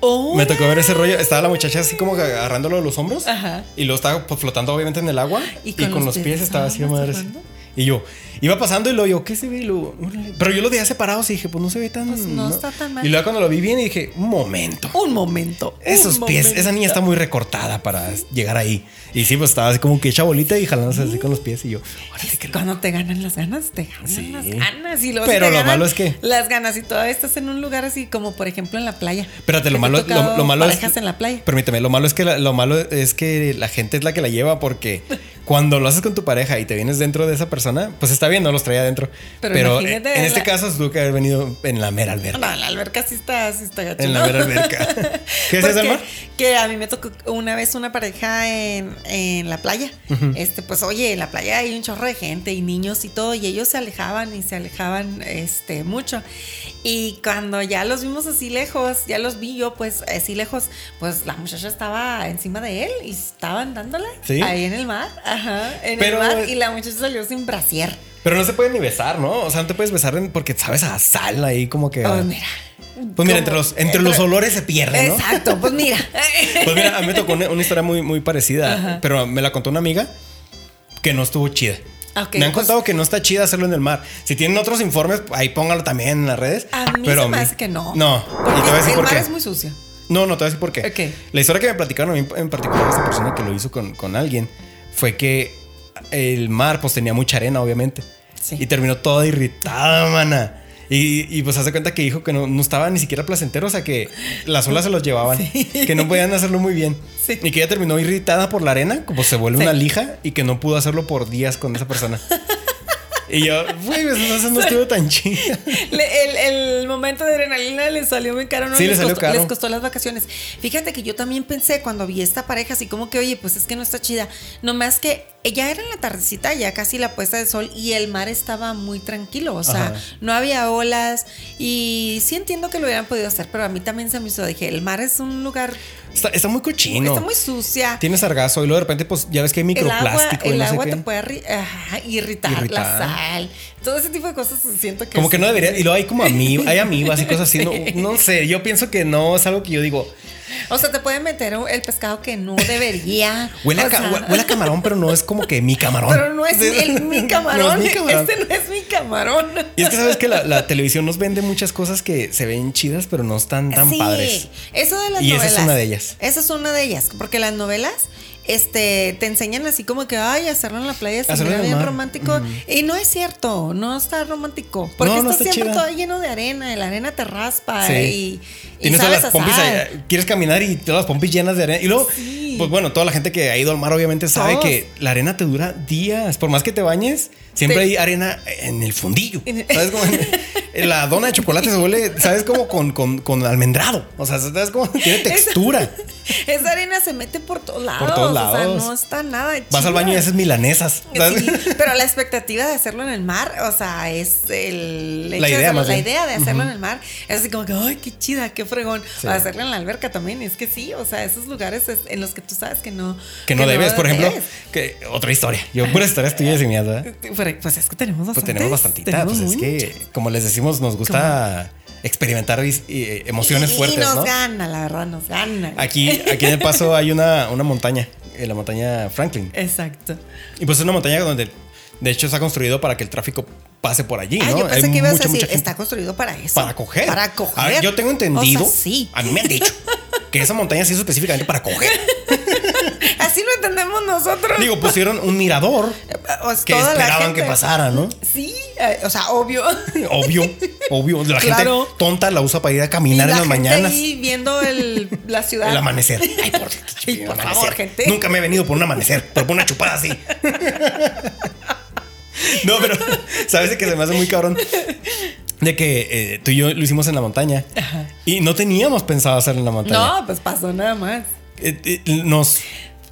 B: Oh,
A: Me tocó ver ese rollo. Estaba la muchacha así como que agarrándolo de los hombros.
B: Ajá.
A: Y lo estaba pues, flotando obviamente en el agua. Y con, los, pies, estaba así,
B: estaban
A: madre.
B: masturbando?
A: Y yo, iba pasando y lo yo, ¿qué se ve? Y luego, órale. pero yo lo veía separado y dije, pues no se ve tan.
B: Pues no está tan mal.
A: Y luego cuando lo vi bien y dije, un momento.
B: Un momento. un
A: Esos pies,
B: momento.
A: esa niña está muy recortada para llegar ahí. Y sí, pues estaba así como que hecha bolita y jalándose así con los pies. Y yo, órale, qué loco.
B: Cuando te ganan las ganas, te ganan
A: Sí.
B: las ganas. Y luego
A: Pero
B: si te
A: lo
B: ganan
A: malo es que-
B: Las ganas y todavía estás en un lugar así como, por ejemplo, en la playa.
A: Espérate,
B: Que
A: lo
B: te
A: malo,
B: ha tocado
A: lo, lo malo
B: parejas
A: es.
B: en la playa.
A: Permíteme, lo malo es que la, lo malo es que la gente es la que la lleva porque cuando lo haces con tu pareja y te vienes dentro de esa persona, pues está bien, no los traía adentro. Pero,
B: Pero imagínate
A: en
B: la-
A: este caso tuvo que haber venido en la mera alberca.
B: No, la alberca sí está, sí está gacho,
A: En la
B: Ah, ¿no?
A: mera alberca. ¿Qué
B: Porque
A: es Almar?
B: Que a mí me tocó una vez una pareja en, en la playa. Este, pues oye, en la playa hay un chorro de gente y niños y todo, y ellos se alejaban y se alejaban este mucho. Y cuando ya los vimos así lejos, ya los vi yo pues así lejos, pues la muchacha estaba encima de él y estaban dándole
A: Sí.
B: ahí en el mar, ajá, en
A: Pero-
B: el mar y la muchacha salió sin brasier.
A: Pero no se pueden ni besar, ¿no? O sea, no te puedes besar en- porque sabes a sal ahí como que. ah.
B: Pues mira.
A: pues mira,
B: como-
A: entre los, entre los olores se pierde, ¿no?
B: Exacto, pues mira.
A: Pues mira, a mí me tocó una, una historia muy, muy parecida,
B: Ajá.
A: pero me la contó una amiga que no estuvo chida.
B: Ok,
A: me han
B: pues-
A: contado que no está chida hacerlo en el mar. Si tienen otros informes, ahí póngalo también en las redes.
B: A mí
A: pero
B: se me hace que no.
A: No,
B: Porque
A: y te voy a decir
B: el
A: por
B: mar
A: qué.
B: es muy sucio.
A: No, no, te voy a decir por qué.
B: Ok.
A: La historia que me platicaron a mí en particular, esa persona que lo hizo con, con alguien, fue que el mar pues tenía mucha arena, obviamente.
B: Sí.
A: Y terminó toda irritada, mana. Y, y, pues hace cuenta que dijo que no, no estaba ni siquiera placentero, o sea que las olas se los llevaban, que no podían hacerlo muy bien.
B: Sí.
A: Y que ella terminó irritada por la arena, como se vuelve
B: Sí.
A: una lija, y que no pudo hacerlo por días con esa persona. y yo, güey, pues, eso no estuvo tan chido.
B: Le- el, el momento de adrenalina les salió muy caro, ¿no?
A: Sí,
B: les,
A: le salió
B: costó,
A: caro.
B: les costó las vacaciones. Fíjate que yo también pensé cuando vi esta pareja, así como que, oye, pues es que no está chida. Nomás que ya era en la tardecita, ya casi la puesta de sol, y el mar estaba muy tranquilo, o sea,
A: Ajá.
B: no había olas. Y sí entiendo que lo hubieran podido hacer, pero a mí también se me hizo, dije, el mar es un lugar,
A: Está, está muy cochino.
B: está muy sucia.
A: Tienes sargazo y luego de repente, pues ya ves que hay
B: el agua,
A: microplástico. y
B: el
A: no sé
B: agua
A: qué.
B: te puede arri- ajá, irritar,
A: Irritar.
B: la sal, todo ese tipo de cosas siento que
A: Como que
B: sí.
A: no debería. Y luego hay como amib hay amibas y cosas así. No,
B: Sí.
A: no sé, yo pienso que no es algo que yo digo.
B: O sea, te pueden meter un- el pescado que no debería.
A: Huele a,
B: O
A: ca-
B: sea,
A: hue- huele a camarón, pero no es como que mi camarón.
B: Pero no es el, mi
A: No
B: camarón.
A: es mi camarón.
B: Este no es mi camarón.
A: Y es que sabes que la, la televisión nos vende muchas cosas que se ven chidas, pero no están tan
B: sí,
A: padres.
B: eso de las
A: Y esa
B: novelas.
A: es una de ellas.
B: Esa es una de ellas, porque las novelas este, te enseñan así como que, ay, hacerlo en la playa se
A: Hacerlo en
B: mira
A: el
B: bien
A: mar.
B: romántico. Y no es cierto, no está romántico. Porque
A: No, no
B: está,
A: está
B: siempre
A: chida.
B: todo lleno de arena, y la arena te raspa
A: Sí.
B: y, y,
A: no están
B: sabes
A: las pompis,
B: asar.
A: eh, quieres caminar y todas las pompis llenas de arena. Y luego,
B: Sí.
A: pues bueno, toda la gente que ha ido al mar obviamente sabe
B: Todos.
A: que la arena te dura días. Por más que te bañes, siempre
B: Te-
A: hay arena en el fundillo.
B: En el-
A: ¿Sabes cómo? la dona de chocolate se vuelve, ¿sabes cómo? Con, con, con almendrado. O sea, ¿sabes cómo? Tiene textura.
B: Esa arena se mete por todos lados. O
A: lados.
B: sea, no está nada chida.
A: Vas al baño y haces milanesas. ¿sabes?
B: Sí, pero la expectativa de hacerlo en el mar, o sea, es el hecho
A: La
B: de
A: idea,
B: hacerlo-
A: más
B: la
A: bien.
B: idea de hacerlo en el mar. Es así como que, ay, qué chida, qué fregón. O hacerlo en la alberca también. Es que sí, o sea, esos lugares es- en los que tú sabes que no.
A: Que no debes, por ejemplo,
B: debes.
A: que otra historia. Yo puras historias tuyas y mías, ¿verdad?
B: Pero, pues es que tenemos
A: Pues
B: bastantes.
A: tenemos bastantita.
B: tenemos
A: pues es
B: muchas.
A: que, como les decimos, nos gusta experimentar y- y- emociones
B: Y-
A: fuertes,
B: Y nos
A: ¿no?
B: gana, la verdad, nos gana.
A: Aquí, aquí en El Paso hay una, una montaña, eh, la montaña Franklin.
B: Exacto.
A: Y pues es una montaña donde, de hecho, está construido para que el tráfico pase por allí,
B: Ah,
A: ¿no?
B: yo
A: Hay
B: pensé que ibas a
A: mucha,
B: decir,
A: mucha gente
B: está construido para eso.
A: para coger.
B: Para coger.
A: A ver, yo tengo entendido.
B: O sea, sí.
A: A mí me han dicho que esa montaña se hizo específicamente para coger.
B: Así lo entendemos nosotros.
A: Digo, pusieron un mirador
B: O sea,
A: que
B: toda la
A: esperaban
B: gente-
A: que pasara, ¿no?
B: Sí, eh, o sea, obvio.
A: Obvio, obvio. La
B: Claro.
A: gente tonta la usa para ir a
B: Y
A: caminar
B: la
A: en las
B: gente
A: mañanas.
B: ahí viendo el, la ciudad.
A: El amanecer. Ay, por,
B: Ay, por
A: amanecer.
B: favor, gente.
A: Nunca me he venido por un amanecer, pero por una chupada así. No, pero sabes de que se me hace muy cabrón. De que eh, tú y yo lo hicimos en la montaña
B: Ajá.
A: y no teníamos pensado hacerlo en la montaña.
B: No, pues pasó nada más.
A: Eh, eh, nos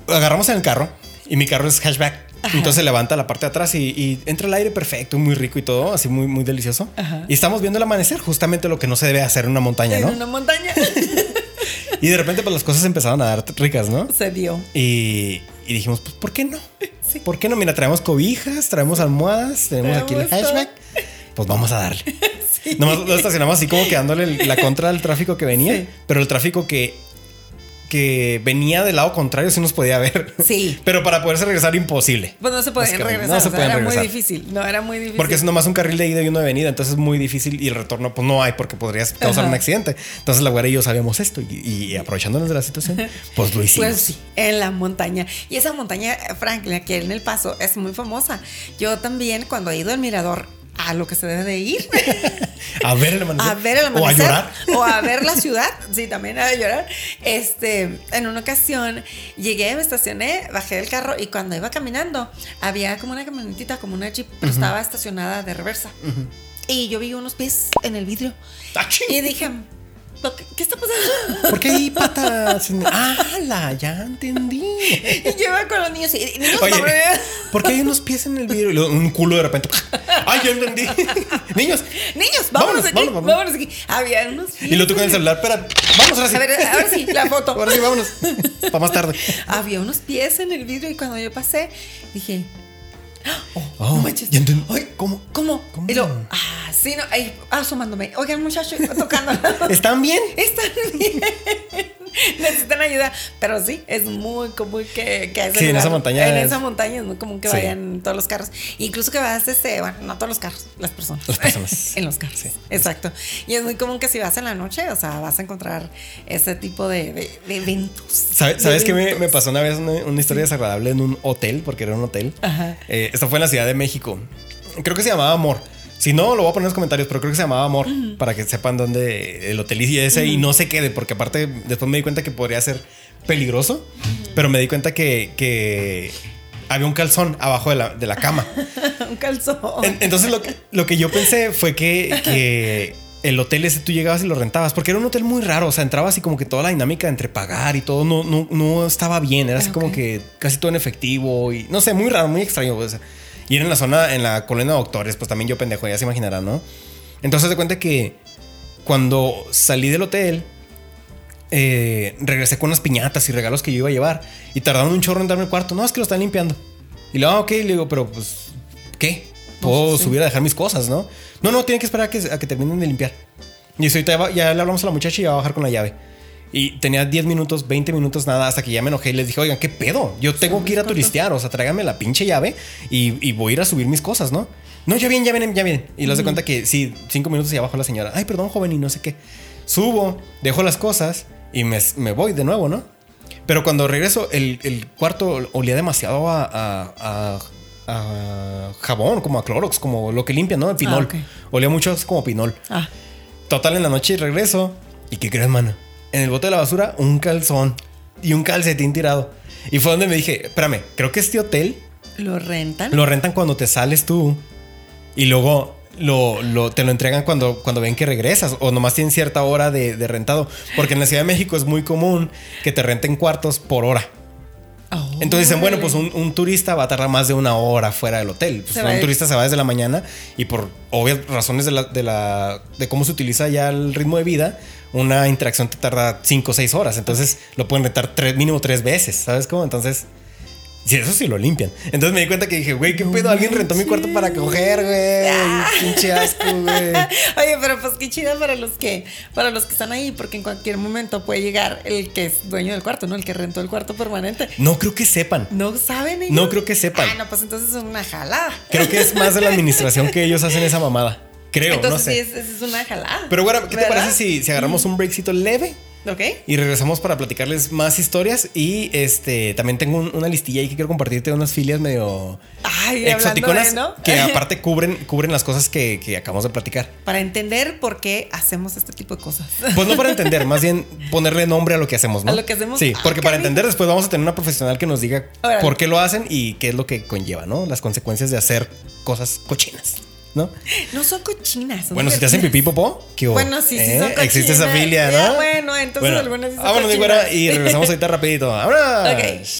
A: agarramos en el carro y mi carro es hatchback. Entonces se levanta la parte de atrás y, y entra el aire perfecto, muy rico y todo, así muy, muy delicioso.
B: Ajá.
A: Y estamos viendo el amanecer, justamente lo que no se debe hacer en una montaña,
B: En
A: ¿no?
B: una montaña
A: Y de repente, pues las cosas empezaron a dar ricas, ¿no?
B: se dio.
A: Y, y dijimos, pues, ¿por qué no?
B: Sí.
A: ¿Por qué no? Mira, traemos cobijas, traemos almohadas, tenemos aquí el
B: Traemos todo.
A: hatchback. Pues vamos a darle. Nomás lo estacionamos así como que dándole el- la contra al tráfico que venía,
B: Sí.
A: pero el tráfico que, que venía del lado contrario sí nos podía ver.
B: Sí.
A: Pero para poderse regresar, imposible.
B: Pues no se podían
A: Básicamente,
B: regresar.
A: no se
B: o sea,
A: podían
B: era
A: regresar.
B: muy difícil. No, era muy difícil.
A: Porque es nomás un carril de ida y uno de venida, entonces es muy difícil y el retorno pues no hay porque podrías causar
B: Ajá.
A: un accidente. Entonces la güera y yo sabíamos esto y, y aprovechándonos de la situación, pues lo hicimos.
B: Pues sí, en la montaña. Y esa montaña, eh, Franklin, aquí en El Paso, es muy famosa. Yo también, cuando he ido al mirador, a lo que se debe de ir,
A: A ver el amanecer.
B: a ver el
A: O a
B: amanecer
A: llorar.
B: o a ver la ciudad, sí, también a llorar. Este, en una ocasión llegué, me estacioné, bajé del carro y cuando iba caminando había como una camionetita, como una jeep, pero estaba estacionada de reversa. Y yo vi unos pies en el vidrio
A: Ah, ching.
B: y dije, "¿Lo que- ¿qué está pasando?
A: ¿Por qué hay patas? en- Ah, la, ya entendí.
B: Y yo iba con los niños y niños,
A: Oye,
B: hombre".
A: ¿por qué hay unos pies en el vidrio y luego un culo de repente? Ay, ya entendí. Niños.
B: niños, vámonos,
A: Vámonos,
B: de aquí, vámonos,
A: vámonos,
B: de aquí. Había unos pies.
A: Y lo tú con el celular, espera, vamos ahora sí.
B: A ver, ahora sí, la foto.
A: Ahora sí, vámonos. Para más tarde.
B: Había unos pies en el vidrio y cuando yo pasé, dije,
A: Oh,
B: no manches.
A: ya entendí. Ay, ¿cómo?
B: ¿cómo?
A: ¿Cómo?
B: Y lo, ah, sí, no, ahí asomándome. Oigan, muchachos, tocando.
A: ¿Están bien?
B: Están bien. Necesitan ayuda. Pero sí, es muy común que, que a ese
A: Sí, en
B: lugar-
A: esa montaña
B: En
A: es-
B: esa montaña es muy común que
A: Sí.
B: vayan todos los carros. Incluso que vas, este, bueno, no todos los carros, las personas.
A: Las personas.
B: en los carros.
A: Sí.
B: Exacto. Y es muy común que si vas en la noche, o sea, vas a encontrar ese tipo de, de- de eventos.
A: ¿Sabe-
B: De
A: ¿Sabes qué me,
B: eventos.
A: me pasó una vez una, una historia desagradable en un hotel? Porque era un hotel.
B: Ajá.
A: Eh, esto fue en la Ciudad de México. Creo que se llamaba Amor. Si no, lo voy a poner en los comentarios, pero creo que se llamaba Amor para que sepan dónde el hotel y ese y no se quede, porque aparte después me di cuenta que podría ser peligroso, pero me di cuenta que, que había un calzón abajo de la, de la cama.
B: Un calzón.
A: En- Entonces lo que, lo que yo pensé fue que, que el hotel ese tú llegabas y lo rentabas, porque era un hotel muy raro, o sea, entraba así como que toda la dinámica entre pagar y todo no, no, no estaba bien, era así como
B: Ok.
A: que casi todo en efectivo y no sé, muy raro, muy extraño. pues. Y era en la zona, en la colonia de doctores, pues también yo pendejo, ya se imaginarán, ¿no? Entonces de cuenta que cuando salí del hotel, eh, regresé con unas piñatas y regalos que yo iba a llevar. Y tardaron un chorro en darme el cuarto. No, es que lo están limpiando. Y luego, ah, ok, le digo, pero pues, ¿qué? Puedo
B: Pues, sí.
A: subir a dejar mis cosas, ¿no? No, no, tienen que esperar a que, a que terminen de limpiar. Y eso ahorita ya, va- ya le hablamos a la muchacha y ya va a bajar con la llave. Y tenía 10 minutos, 20 minutos, nada, hasta que ya me enojé y les dije, oigan, ¿qué pedo? Yo tengo que ir a
B: corto.
A: turistear, o sea, tráigame la pinche llave y, y voy a ir a subir mis cosas, ¿no? No, ya vienen, ya vienen, ya vienen. Y los de cuenta que sí, cinco minutos y abajo la señora, ay, perdón, joven, y no sé qué. Subo, dejo las cosas y me, me voy de nuevo, ¿no? Pero cuando regreso, el, el cuarto olía demasiado a, a- a- a jabón, como a Clorox, como lo que limpian, ¿no? El pinol.
B: ok.
A: Olía mucho así como pinol.
B: Ah,
A: Total, en la noche regreso. ¿Y qué crees, mano? En el bote de la basura, un calzón y un calcetín tirado. Y fue donde me dije, espérame, creo que este hotel
B: lo rentan.
A: lo rentan cuando te sales tú y luego lo, lo- te lo entregan cuando, cuando ven que regresas o nomás tienen cierta hora de, de rentado. Porque en la Ciudad de México es muy común que te renten cuartos por hora.
B: Oh,
A: Entonces dicen, bueno,
B: órale.
A: pues un, un turista va a tardar más de una hora fuera del hotel. Pues
B: Se va
A: un
B: de-
A: turista se va desde la mañana y por obvias razones de, la, de, la, de cómo se utiliza ya el ritmo de vida, una interacción te tarda cinco o seis horas. Entonces lo pueden rentar tres, mínimo tres veces, ¿sabes cómo? Entonces, si eso sí lo limpian. Entonces me di cuenta que dije, güey, ¿qué pedo? Alguien rentó mi cuarto para coger, güey. Pinche asco, güey.
B: Oye, pero pues qué chida para los que, para los que están ahí, porque en cualquier momento puede llegar el que es dueño del cuarto, ¿no? El que rentó el cuarto permanente.
A: No creo que sepan.
B: No saben ellos.
A: No creo que sepan.
B: Ah, no, pues entonces es una jalada.
A: Creo que es más de la administración que ellos hacen esa mamada. Creo,
B: entonces
A: no sé.
B: sí, es, es una jalada.
A: Pero bueno, ¿qué te
B: ¿Verdad?
A: parece si, si agarramos un breakcito leve
B: ¿Ok?
A: y regresamos para platicarles más historias? Y este también tengo un- una listilla ahí que quiero compartirte de unas filias medio
B: Ay, hablando de,
A: exoticonas
B: ¿no?
A: que aparte cubren, cubren las cosas que, que acabamos de platicar.
B: Para entender por qué hacemos este tipo de cosas.
A: Pues no para entender, más bien ponerle nombre a lo que hacemos, ¿no?
B: A lo que hacemos.
A: Sí,
B: Ah,
A: porque
B: qué
A: para
B: rico.
A: entender después vamos a tener una profesional que nos diga
B: Órale.
A: por qué lo hacen y qué es lo que conlleva, ¿no? Las consecuencias de hacer cosas cochinas, ¿no?
B: No son cochinas. son
A: Bueno, si te hacen pipí, popó, ¿qué hubo? ¿Eh?
B: Bueno, sí, sí son
A: Existe esa
B: cochinas.
A: filia,
B: Ya,
A: ¿no?
B: bueno, entonces algunas sí son
A: vámonos, mi
B: cochinas.
A: güera, y regresamos ahorita rapidito. ¡Vámonos!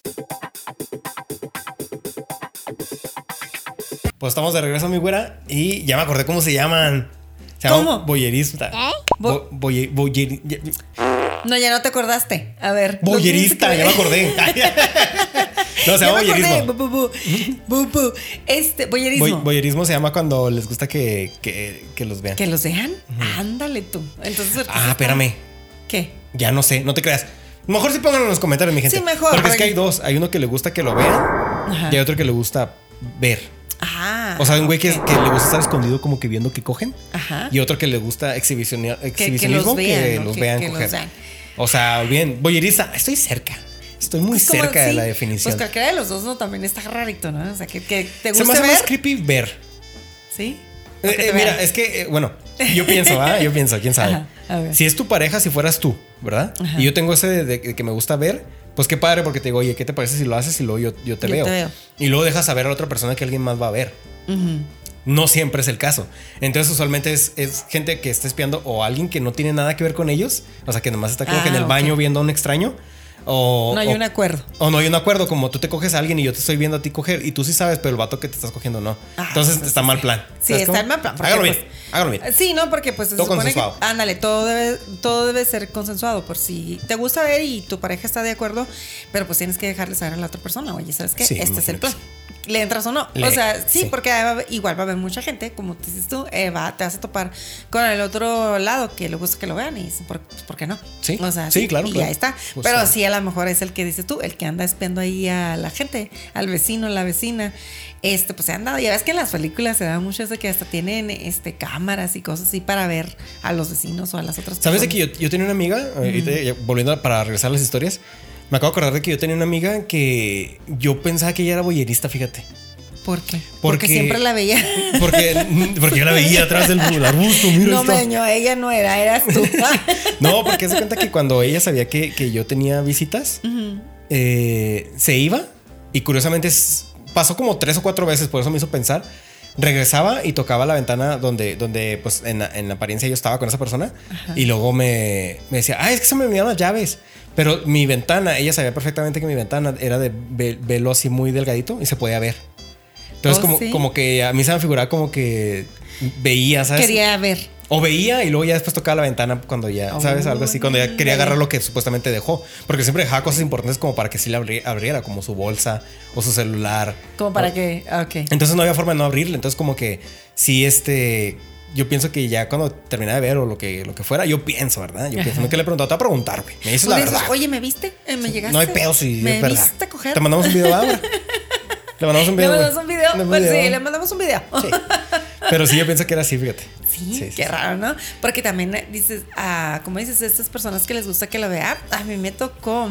A: Pues estamos de regreso, mi güera, y ya me acordé cómo se llaman. Se llaman
B: ¿Cómo?
A: Boyerista. Bo- boye- boyeri- ya-
B: No, ya no te acordaste. A ver. los
A: boyerista,
B: tienes
A: ya
B: que-
A: me acordé. no, se
B: Ya
A: llama
B: me acordé.
A: boyerismo.
B: Bu, bu, bu. Bu, bu. Este,
A: Boy-
B: boyerismo.
A: boyerismo se llama cuando les gusta que, que, que los vean.
B: ¿Que los dejan? Ándale tú. Entonces.
A: Ah, espérame.
B: ¿Qué?
A: Ya no sé, no te creas. Mejor sí pónganlo en los comentarios, mi gente.
B: Sí, mejor,
A: Porque es
B: para
A: que
B: que-
A: hay dos. Hay uno que le gusta que lo vean
B: Ajá.
A: y hay otro que le gusta ver.
B: Ah.
A: O sea, hay un güey que,
B: ok.
A: que le gusta estar escondido como que viendo que cogen.
B: Ajá.
A: Y otro que le gusta exhibicionia-
B: que
A: exhibicionismo
B: los
A: que,
B: vean, ¿no?
A: los
B: Que-
A: vean
B: que los
A: coger.
B: vean.
A: O sea, bien, boyerista, estoy cerca. Estoy muy
B: Es como,
A: cerca de
B: sí,
A: la definición.
B: Pues cualquiera de los dos, ¿no? También está rarito, ¿no? O sea, que, que te
A: Se
B: gusta
A: me hace
B: ver.
A: más creepy ver.
B: sí.
A: Eh,
B: que te
A: eh, mira,
B: vean.
A: es que, eh, bueno, yo pienso, ¿ah? Yo pienso, quién sabe.
B: Ajá, a ver.
A: Si es tu pareja, si fueras tú, ¿verdad?
B: Ajá.
A: Y yo tengo ese de, de que me gusta ver, pues qué padre, porque te digo, oye, ¿qué te parece si lo haces y luego yo, yo te,
B: Yo
A: veo?
B: te veo.
A: Y luego dejas saber a la otra persona que alguien más va a ver.
B: Ujú.
A: No siempre es el caso. Entonces, usualmente es, es gente que está espiando o alguien que no tiene nada que ver con ellos, o sea, que nomás está como
B: Ah,
A: que en el
B: ok.
A: baño viendo a un extraño. O,
B: No hay
A: o-
B: un acuerdo.
A: o no hay un acuerdo, como tú te coges a alguien y yo te estoy viendo a ti coger y tú sí sabes, pero el vato que te estás cogiendo no.
B: Ah,
A: Entonces
B: entonces
A: está mal plan.
B: Sí,
A: ¿Sabes
B: está
A: cómo?
B: en mal plan. porque,
A: Hágalo bien,
B: pues,
A: hágalo bien.
B: Sí, no, porque pues se
A: Todo
B: supone que.
A: consensuado.
B: Ándale, todo debe, todo debe ser consensuado. Por si te gusta ver y tu pareja está de acuerdo, pero pues tienes que dejarle saber a la otra persona. Oye, ¿sabes qué?
A: Sí,
B: este es el
A: imagínate.
B: plan. ¿Le entras o no?
A: Le-
B: o sea, sí,
A: sí.
B: porque ahí va- igual va a haber mucha gente, como te dices tú, eh, va, te vas a topar con el otro lado que le gusta que lo vean y dicen, ¿por, pues, ¿por qué no?
A: Sí,
B: o sea,
A: sí, claro,
B: Y
A: claro.
B: ahí está.
A: Pues,
B: pero
A: ah.
B: sí, a lo mejor es el que dices tú, el que anda espiando ahí a la gente, al vecino, la vecina. Este, pues se han dado. Ya ves que en las películas se da mucho eso de que hasta tienen este, cámaras y cosas así para ver a los vecinos o a las otras
A: ¿Sabes de que
B: personas.
A: yo, yo tenía una amiga, ahorita ya- volviendo a- para regresar a las historias, me acabo de acordar de que yo tenía una amiga que yo pensaba que ella era boyerista, fíjate.
B: ¿Por qué? Porque,
A: Porque-
B: siempre la veía.
A: Porque, porque yo la veía atrás del del arbusto, mira
B: no,
A: ahí está.
B: meño, ella no era, eras tú.
A: No, porque se cuenta que cuando ella sabía que, que yo tenía visitas, eh, se iba y curiosamente s- pasó como tres o cuatro veces, por eso me hizo pensar. Regresaba y tocaba la ventana donde, donde pues en, la- en la apariencia yo estaba con esa persona y luego me, me decía, ah, es que se me olvidaron las llaves. Pero mi ventana, ella sabía perfectamente que mi ventana era de ve- velo así muy delgadito y se podía ver. Entonces
B: Oh,
A: como,
B: sí.
A: como que a mí se me figuraba como que veía, ¿sabes?
B: Quería ver.
A: O veía y luego ya después tocaba la ventana cuando ya,
B: Oh,
A: ¿sabes? Algo así, cuando ya quería
B: ándale.
A: agarrar lo que supuestamente dejó. Porque siempre dejaba cosas importantes como para que sí la abri- abriera, como su bolsa o su celular.
B: Como para
A: O-
B: que. Ok.
A: Entonces no había forma de no abrirle. Entonces como que sí, este... Yo pienso que ya cuando terminaba de ver o lo que, lo que fuera, yo pienso, ¿verdad? Yo pienso, no que le he preguntado, te voy a preguntar, güey. Me dices
B: Tú
A: la
B: Pues dices,
A: verdad.
B: Oye, ¿me viste? Eh, ¿Me llegaste?
A: no hay pedo si
B: ¿Me
A: es verdad.
B: viste coger?
A: Te mandamos un video, ahora. Le mandamos un
B: Le
A: video. güey.
B: mandamos un video.
A: Le mandamos
B: Pues
A: un
B: sí,
A: video.
B: le mandamos un video.
A: Sí. Pero sí, yo pienso que era así, fíjate.
B: Sí, Sí,
A: Sí, sí,
B: qué
A: sí.
B: raro, ¿no? Porque también eh, dices, ah, como dices, estas personas que les gusta que lo vea, a mí me tocó.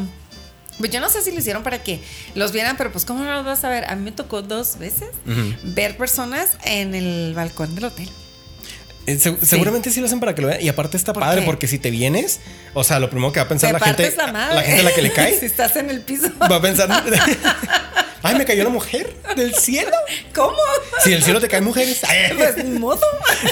B: Pues yo no sé si lo hicieron para que los vieran, pero pues cómo no los vas a ver. A mí me tocó dos veces
A: Ujú.
B: ver personas en el balcón del hotel.
A: Eh, seg- Seguramente sí lo hacen para que lo vean. Y aparte está
B: ¿Por
A: padre,
B: qué?
A: porque si te vienes, o sea, lo primero que va a pensar
B: Te
A: la gente,
B: partes la madre.
A: gente a la que le cae,
B: si estás en el piso.
A: va a pensar, ay, me cayó la mujer del cielo.
B: ¿Cómo?
A: Si del cielo te caen mujeres. ay,
B: Pues ni modo.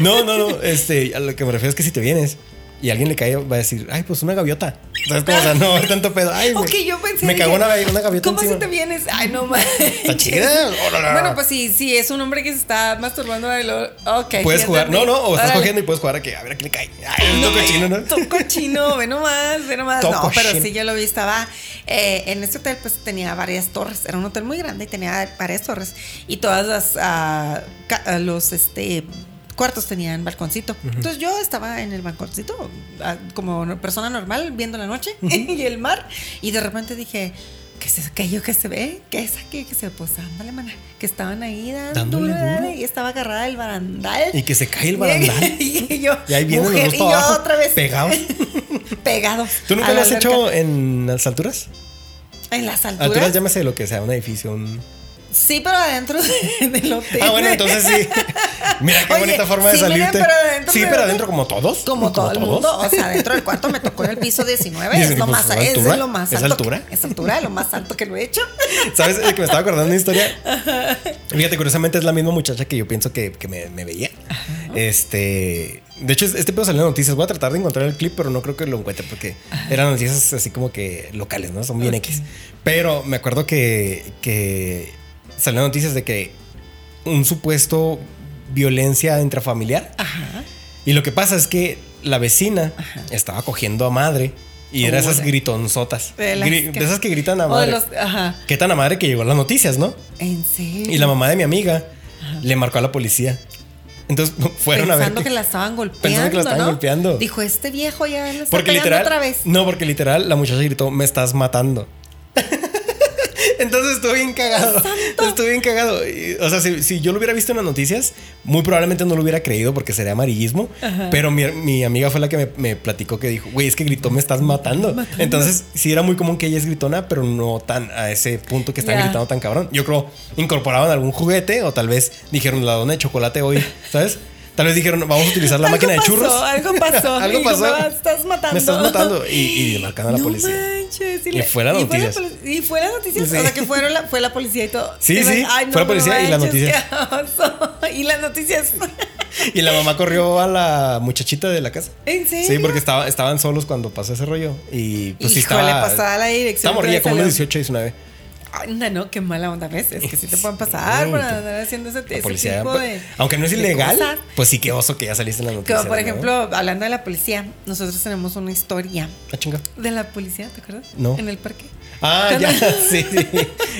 A: No, no, no. Este, a lo que me refiero es que si te vienes y alguien le cae, va a decir, ay, pues una gaviota. ¿Sabes cómo? O sea, no, tanto pedo. Ay, me-
B: Ok, yo pensé.
A: Me
B: dije,
A: cagó una, gavi- una gaviota
B: ¿Cómo
A: encima.
B: si te vienes? Ay, no más.
A: Está chida. Órale.
B: Bueno, pues sí, sí, es un hombre que se está masturbando. de lo- Ok.
A: Puedes
B: ya
A: jugar. No,
B: entendí.
A: no, o estás
B: Órale.
A: cogiendo y puedes jugar a que a ver a quién le cae. Ay,
B: No,
A: no, cochino, ¿no?
B: Toco chino, ve nomás, ve nomás.
A: Toco
B: no, pero
A: chino.
B: sí, yo lo vi, estaba eh, en este hotel, pues tenía varias torres. Era un hotel muy grande y tenía varias torres. Y todas las, ah, ca- ah, los, este, cuartos tenían balconcito. Entonces yo estaba en el balconcito, ah, como no- persona normal, viendo la noche y el mar. Y de repente dije... ¿Qué es aquello que se ve? ¿Qué es aquello que se ve? Pues ándale, maná. Que estaban ahí dándole,
A: Dándole
B: dándole,
A: duro.
B: y estaba agarrada el barandal.
A: Y que se cae el barandal.
B: y yo,
A: Y ahí vienen
B: mujer,
A: los dos para
B: y yo
A: abajo.
B: otra vez
A: Pegados.
B: pegados.
A: ¿Tú nunca
B: a
A: lo
B: la
A: has
B: alberca.
A: hecho en las alturas?
B: En las alturas.
A: Alturas, llámese lo que sea, un edificio, un.
B: Sí, pero adentro de- del hotel.
A: Ah, bueno, entonces sí. Mira qué
B: Oye,
A: bonita forma de
B: sí, mira,
A: salirte.
B: pero adentro,
A: sí,
B: pero-
A: pero adentro como todos.
B: Como todo el mundo. O sea, dentro del cuarto me tocó en el piso 19.
A: Dicen
B: es
A: que,
B: lo
A: pues,
B: más,
A: ¿es
B: es
A: altura?
B: lo más
A: ¿Es
B: alto.
A: altura?
B: que- Es altura, lo más alto que lo he hecho.
A: ¿Sabes? El que me estaba acordando de una historia. Fíjate, curiosamente es la misma muchacha que yo pienso que, que me, me veía. Este. De hecho, es- este pedo salió en noticias. Voy a tratar de encontrar el clip, pero no creo que lo encuentre porque eran noticias así como que locales, ¿no? Son bien X. Pero me acuerdo que, que salió en noticias de que un supuesto violencia intrafamiliar.
B: Ajá.
A: Y lo que pasa es que la vecina estaba cogiendo a madre y era esas
B: Órale.
A: gritonzotas.
B: De las
A: Gri-
B: que-
A: de esas que gritan a
B: O
A: madre.
B: de los. Ajá.
A: Qué tan a madre que llegó a las noticias, ¿no?
B: En serio.
A: Y la mamá de mi amiga le marcó a la policía. Entonces fueron a ver.
B: Pensando que
A: qué-
B: la estaban golpeando.
A: Pensando que la estaban
B: ¿no?
A: golpeando.
B: Dijo, este viejo ya lo está
A: porque
B: pegando
A: literal.
B: otra vez.
A: No, porque literal la muchacha gritó: Me estás matando. Entonces estuve bien cagado. Estuve bien cagado. Y, o sea, si, si yo lo hubiera visto en las noticias, muy probablemente no lo hubiera creído porque sería amarillismo. Pero mi, mi amiga fue la que me, me platicó que dijo: Güey, es que gritó, me estás matando. Entonces, sí era muy común que ella es gritona, pero no tan a ese punto que están
B: Ya.
A: gritando tan cabrón. Yo creo incorporaban algún juguete o tal vez dijeron la dona de chocolate hoy, ¿sabes? Tal vez dijeron, vamos a utilizar la
B: Algo
A: máquina de
B: pasó,
A: churros.
B: algo pasó.
A: algo
B: Digo,
A: pasó.
B: "Me estás matando".
A: Me estás matando. Y, y marcando a la
B: no
A: policía.
B: Manches,
A: Y fue la
B: noticia.
A: noticias.
B: Y fue la noticia.
A: Sí.
B: O sea, que fueron la, fue la policía y todo.
A: Sí,
B: Y
A: sí,
B: ven,
A: fue la policía y la
B: manches, qué oso. Y las noticias.
A: Y la mamá corrió a la muchachita de la casa.
B: ¿En serio?
A: Sí, porque estaba, estaban solos cuando pasó ese rollo. Y pues sí
B: Híjole, ah,
A: estaba.
B: pasada la dirección
A: Estaba morrilla,
B: que
A: como unos
B: salió.
A: 18, 19.
B: Ay, No, no, qué mala onda a veces. Que sí te pueden pasar
A: Sí,
B: por
A: te-
B: andar haciendo ese,
A: La
B: ese
A: policía. pues,
B: tipo de.
A: aunque no es
B: de
A: ilegal,
B: cosas.
A: pues sí, qué oso que ya saliste en la noticia.
B: Como por
A: ¿no?
B: ejemplo, hablando de la policía, nosotros tenemos una historia
A: Ah, chinga.
B: de la policía, ¿te acuerdas?
A: No.
B: En el parque.
A: Ah,
B: Cuando-
A: ya, sí, sí.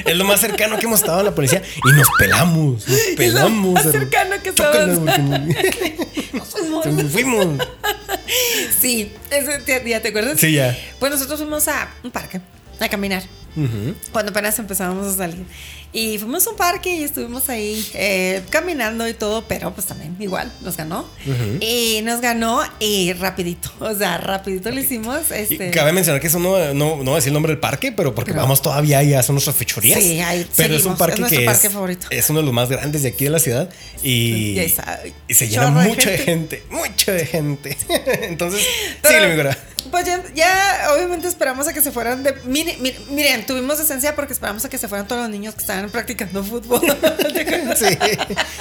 A: Es lo más cercano que hemos estado a la policía. Y nos pelamos, nos
B: Es lo
A: pelamos.
B: más cercano que
A: Chócala,
B: estabas. Nos fuimos.
A: porque fuimos.
B: Sí, ese día, ¿te acuerdas?
A: Sí, ya.
B: Pues nosotros fuimos a un parque a caminar
A: Ujú.
B: cuando apenas empezábamos a salir. Y fuimos a un parque y estuvimos ahí eh, caminando y todo, pero pues también igual nos ganó. Y nos ganó y rapidito, o sea, rapidito lo hicimos.
A: Y
B: Este,
A: Cabe mencionar que eso no, no, no voy a decir el nombre del parque, pero porque
B: No.
A: vamos todavía y hacen nuestras fechorías.
B: Sí, ahí
A: Pero es un
B: seguimos.
A: parque
B: Es nuestro
A: que
B: parque
A: es,
B: favorito.
A: es uno de los más grandes de aquí de la ciudad y,
B: Y ahí está.
A: y se llena
B: Chorro de
A: mucho de gente. mucho de gente. Entonces,
B: Pero,
A: sí, mi cura.
B: Pues ya, ya, obviamente esperamos a que se fueran de. Miren, miren, miren, tuvimos decencia porque esperamos a que se fueran todos los niños que estaban practicando fútbol. ¿Te acuerdas?
A: Sí.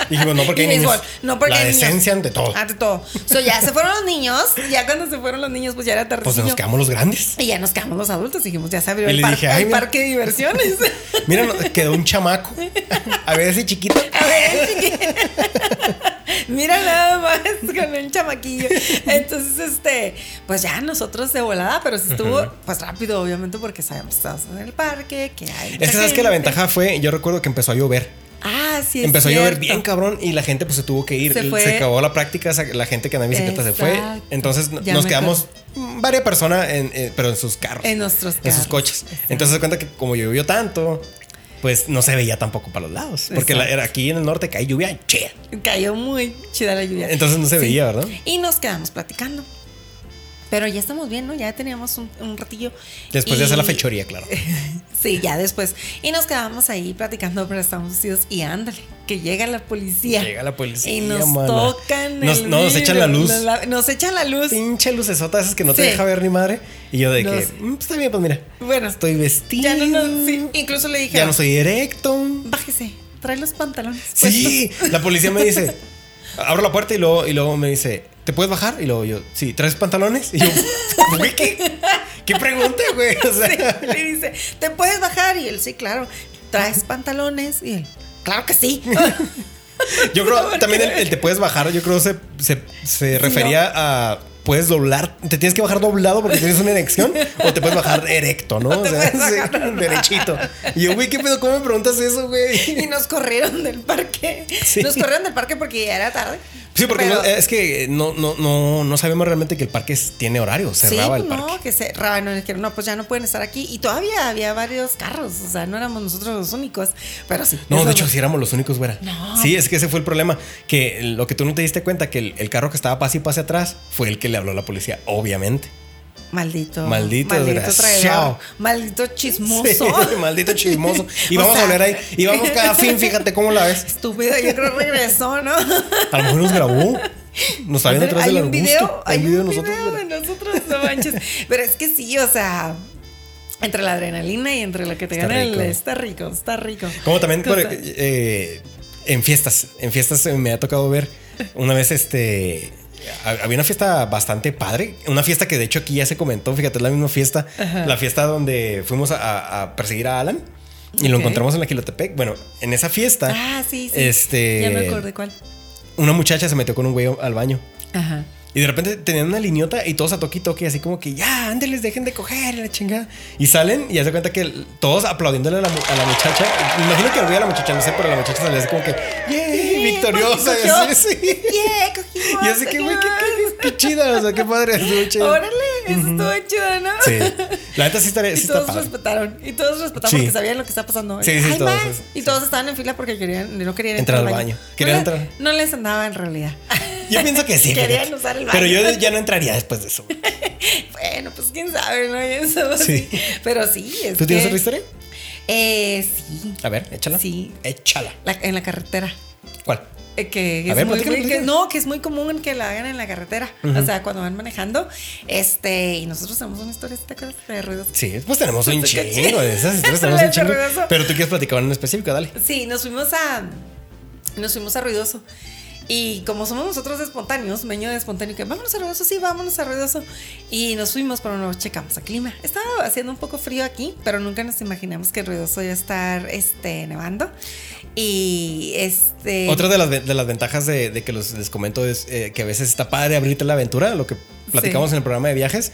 A: Dijimos, no porque
B: Y
A: hay niños.
B: béisbol. No, porque
A: la
B: hay niños.
A: decencia ante todo.
B: Ante todo. So, ya se fueron los niños. Ya cuando se fueron los niños, pues ya era
A: pues
B: tardecillo.
A: nos quedamos los grandes.
B: y ya nos quedamos los adultos. Dijimos, ya se abrió
A: Y
B: el,
A: le
B: par-
A: dije, "Ay,
B: el
A: mira".
B: parque de diversiones.
A: Mira, no- quedó un chamaco. A ver, ese chiquito.
B: A ver, chiqui- Mira nada más con el chamaquillo. Entonces, este, pues ya nosotros de volada, pero sí estuvo pues rápido, obviamente, porque sabemos que estamos en el parque, que hay.
A: Es que sabes que la
B: gente.
A: ventaja fue, yo recuerdo que empezó a llover.
B: Ah, sí, es
A: Empezó a llover
B: cierto.
A: bien cabrón y la gente pues se tuvo que ir.
B: Se
A: Se,
B: fue.
A: acabó la práctica, sa- la gente que andaba en bicicleta se fue.
B: Exacto.
A: Entonces n-
B: Ya
A: nos
B: me
A: quedamos varias personas, en, eh, pero en sus carros.
B: En nuestros
A: En sus
B: carros.
A: coches. Entonces se cuenta que como llovió tanto, pues no se veía tampoco para los lados. Porque la-
B: Exacto.
A: era aquí en el norte cae lluvia chida.
B: Cayó muy chida la lluvia.
A: Entonces no se
B: Sí.
A: veía, ¿verdad?
B: Y nos quedamos platicando. Pero ya estamos bien, ¿no? Ya teníamos un, un ratillo.
A: Después de
B: Y-
A: hacer la fechoría, claro.
B: Sí, ya después. Y nos quedábamos ahí platicando, pero estábamos vestidos. Y ándale, que llega la policía.
A: Llega la policía.
B: y nos
A: mana.
B: tocan.
A: Nos,
B: el
A: no, nos echan la
B: vidrio,
A: luz.
B: nos la- nos echan la luz.
A: Pinche lucesota esas que no te
B: Sí.
A: deja ver ni madre. Y yo de
B: Nos-
A: que "Mm, está bien, pues mira.
B: Bueno,
A: Estoy vestido.
B: ya no nos. sí, incluso le dije.
A: Ya no soy directo.
B: Bájese, trae los pantalones.
A: Sí, la policía me dice, abro la puerta y luego, y luego me dice, ¿te puedes bajar? Y luego yo, sí, ¿traes pantalones? Y yo, güey, ¿qué, qué pregunta, güey? O sea,
B: puestos. Le dice, ¿te puedes bajar? Y él, sí, claro. ¿Traes pantalones? Y él, claro que sí.
A: yo creo,
B: ¿Por
A: también
B: qué?
A: el, el te puedes bajar, yo creo se, se, se refería a... Puedes doblar, te tienes que bajar doblado porque tienes una erección, o te puedes bajar erecto, ¿no? O
B: te
A: sea,
B: puedes bajar
A: sí, derechito. Y yo, güey, ¿qué pedo? ¿Cómo me preguntas eso, güey?
B: Y nos corrieron del parque.
A: Sí.
B: Nos corrieron del parque porque ya era tarde.
A: Sí, porque
B: Pero-
A: no- eh, es que no, no, no, no sabemos realmente que el parque es- tiene horario, cerraba
B: sí,
A: el parque.
B: no, que se no, dijeron, no, pues ya no pueden estar aquí. Y todavía había varios carros, o sea, no éramos nosotros los únicos, pero sí.
A: No,
B: eso-
A: de hecho, sí éramos los únicos, güera.
B: No.
A: Sí, es que ese fue el problema. Que lo que tú no te diste cuenta, que el, el carro que estaba pase y pase atrás fue el que le habló a la policía, obviamente.
B: Maldito.
A: Maldito desgraciado.
B: traidor. Maldito chismoso.
A: Sí, maldito chismoso. Y
B: O
A: vamos
B: sea-
A: a volver ahí. Y vamos cada fin, fíjate cómo la ves.
B: Estúpido, yo creo que regresó, ¿no?
A: A lo mejor nos grabó. Nos está viendo atrás
B: hay
A: del
B: un
A: arbusto.
B: video, hay un video,
A: de nosotros, güera.
B: de nosotros, no manches. Pero es que sí, o sea, entre la adrenalina y entre lo que te
A: Está
B: gana el...
A: rico.
B: Está rico, está rico.
A: Como también por-
B: Cosa-
A: eh, en fiestas. En fiestas eh, me ha tocado ver una vez este. ha- Había una fiesta bastante padre. Una fiesta que de hecho aquí ya se comentó. Fíjate, es la misma fiesta. La fiesta donde fuimos a, a- a perseguir a Alan y lo
B: Ok.
A: encontramos en la Quilotepec. Bueno, en esa fiesta,
B: Ah, sí, sí.
A: este-
B: Ya me acordé cuál.
A: una muchacha se metió con un güey al baño.
B: Ajá.
A: Y de repente tenían una liniota y todos a toque y toque, así como que ya, ándeles, dejen de coger la chingada. Y salen y hace cuenta que el- todos aplaudiéndole a la, mu- a la muchacha. Imagino que olvida a la muchacha, no sé, pero la muchacha sale así como que, ¡yay! victoriosa. Y
B: porque
A: así, sí.
B: Yeah, cogimos.
A: Y así que, güey, qué,
B: cogimos.
A: qué- qué chida, o sea, qué padre, estuvo chido.
B: Órale, eso estuvo chido, ¿no?
A: Sí. La neta sí está, sí
B: Y
A: está
B: todos
A: padre.
B: respetaron. Y todos respetaron
A: Sí.
B: porque sabían lo que estaba pasando.
A: Sí, sí,
B: Ay,
A: todos,
B: más.
A: sí.
B: Y todos estaban en fila porque querían, no querían
A: Entrar al baño. Querían
B: no, le-
A: entrar.
B: No les andaba en realidad.
A: Yo pienso que sí.
B: Querían
A: fíjate.
B: usar el
A: Pero
B: baño.
A: yo ya no entraría después de eso. güey.
B: bueno, pues quién sabe, ¿no? Y Eso,
A: Sí.
B: Pero sí, es
A: ¿Tú tienes
B: que-
A: otra historia?
B: Eh, sí.
A: A ver, échala.
B: Sí.
A: Échala.
B: La- en la carretera.
A: ¿Cuál?
B: Eh, que
A: A
B: es
A: ver,
B: muy,
A: platícame,
B: que-
A: platícame.
B: no, que es muy común que la hagan en la carretera. O sea, cuando van manejando. Este, y nosotros tenemos una historia, ¿te acuerdas? De ruidos.
A: Sí, pues tenemos un
B: Qué
A: chingo de esas historias, tenemos
B: Dale,
A: un chingo.
B: perroso.
A: Pero tú quieres platicar una en específico, dale.
B: Sí, nos fuimos a. Nos fuimos a Ruidoso. Y como somos nosotros de espontáneos, meño de espontáneo, que vámonos a Ruidoso, sí, vámonos a Ruidoso. Y nos fuimos, pero no checamos a clima. Estaba haciendo un poco frío aquí, pero nunca nos imaginamos que Ruidoso iba a estar este, nevando. Y este.
A: Otra de las, ve- de las ventajas de, de que los, les comento es eh, que a veces está padre abrirte la aventura, lo que platicamos en el programa de viajes,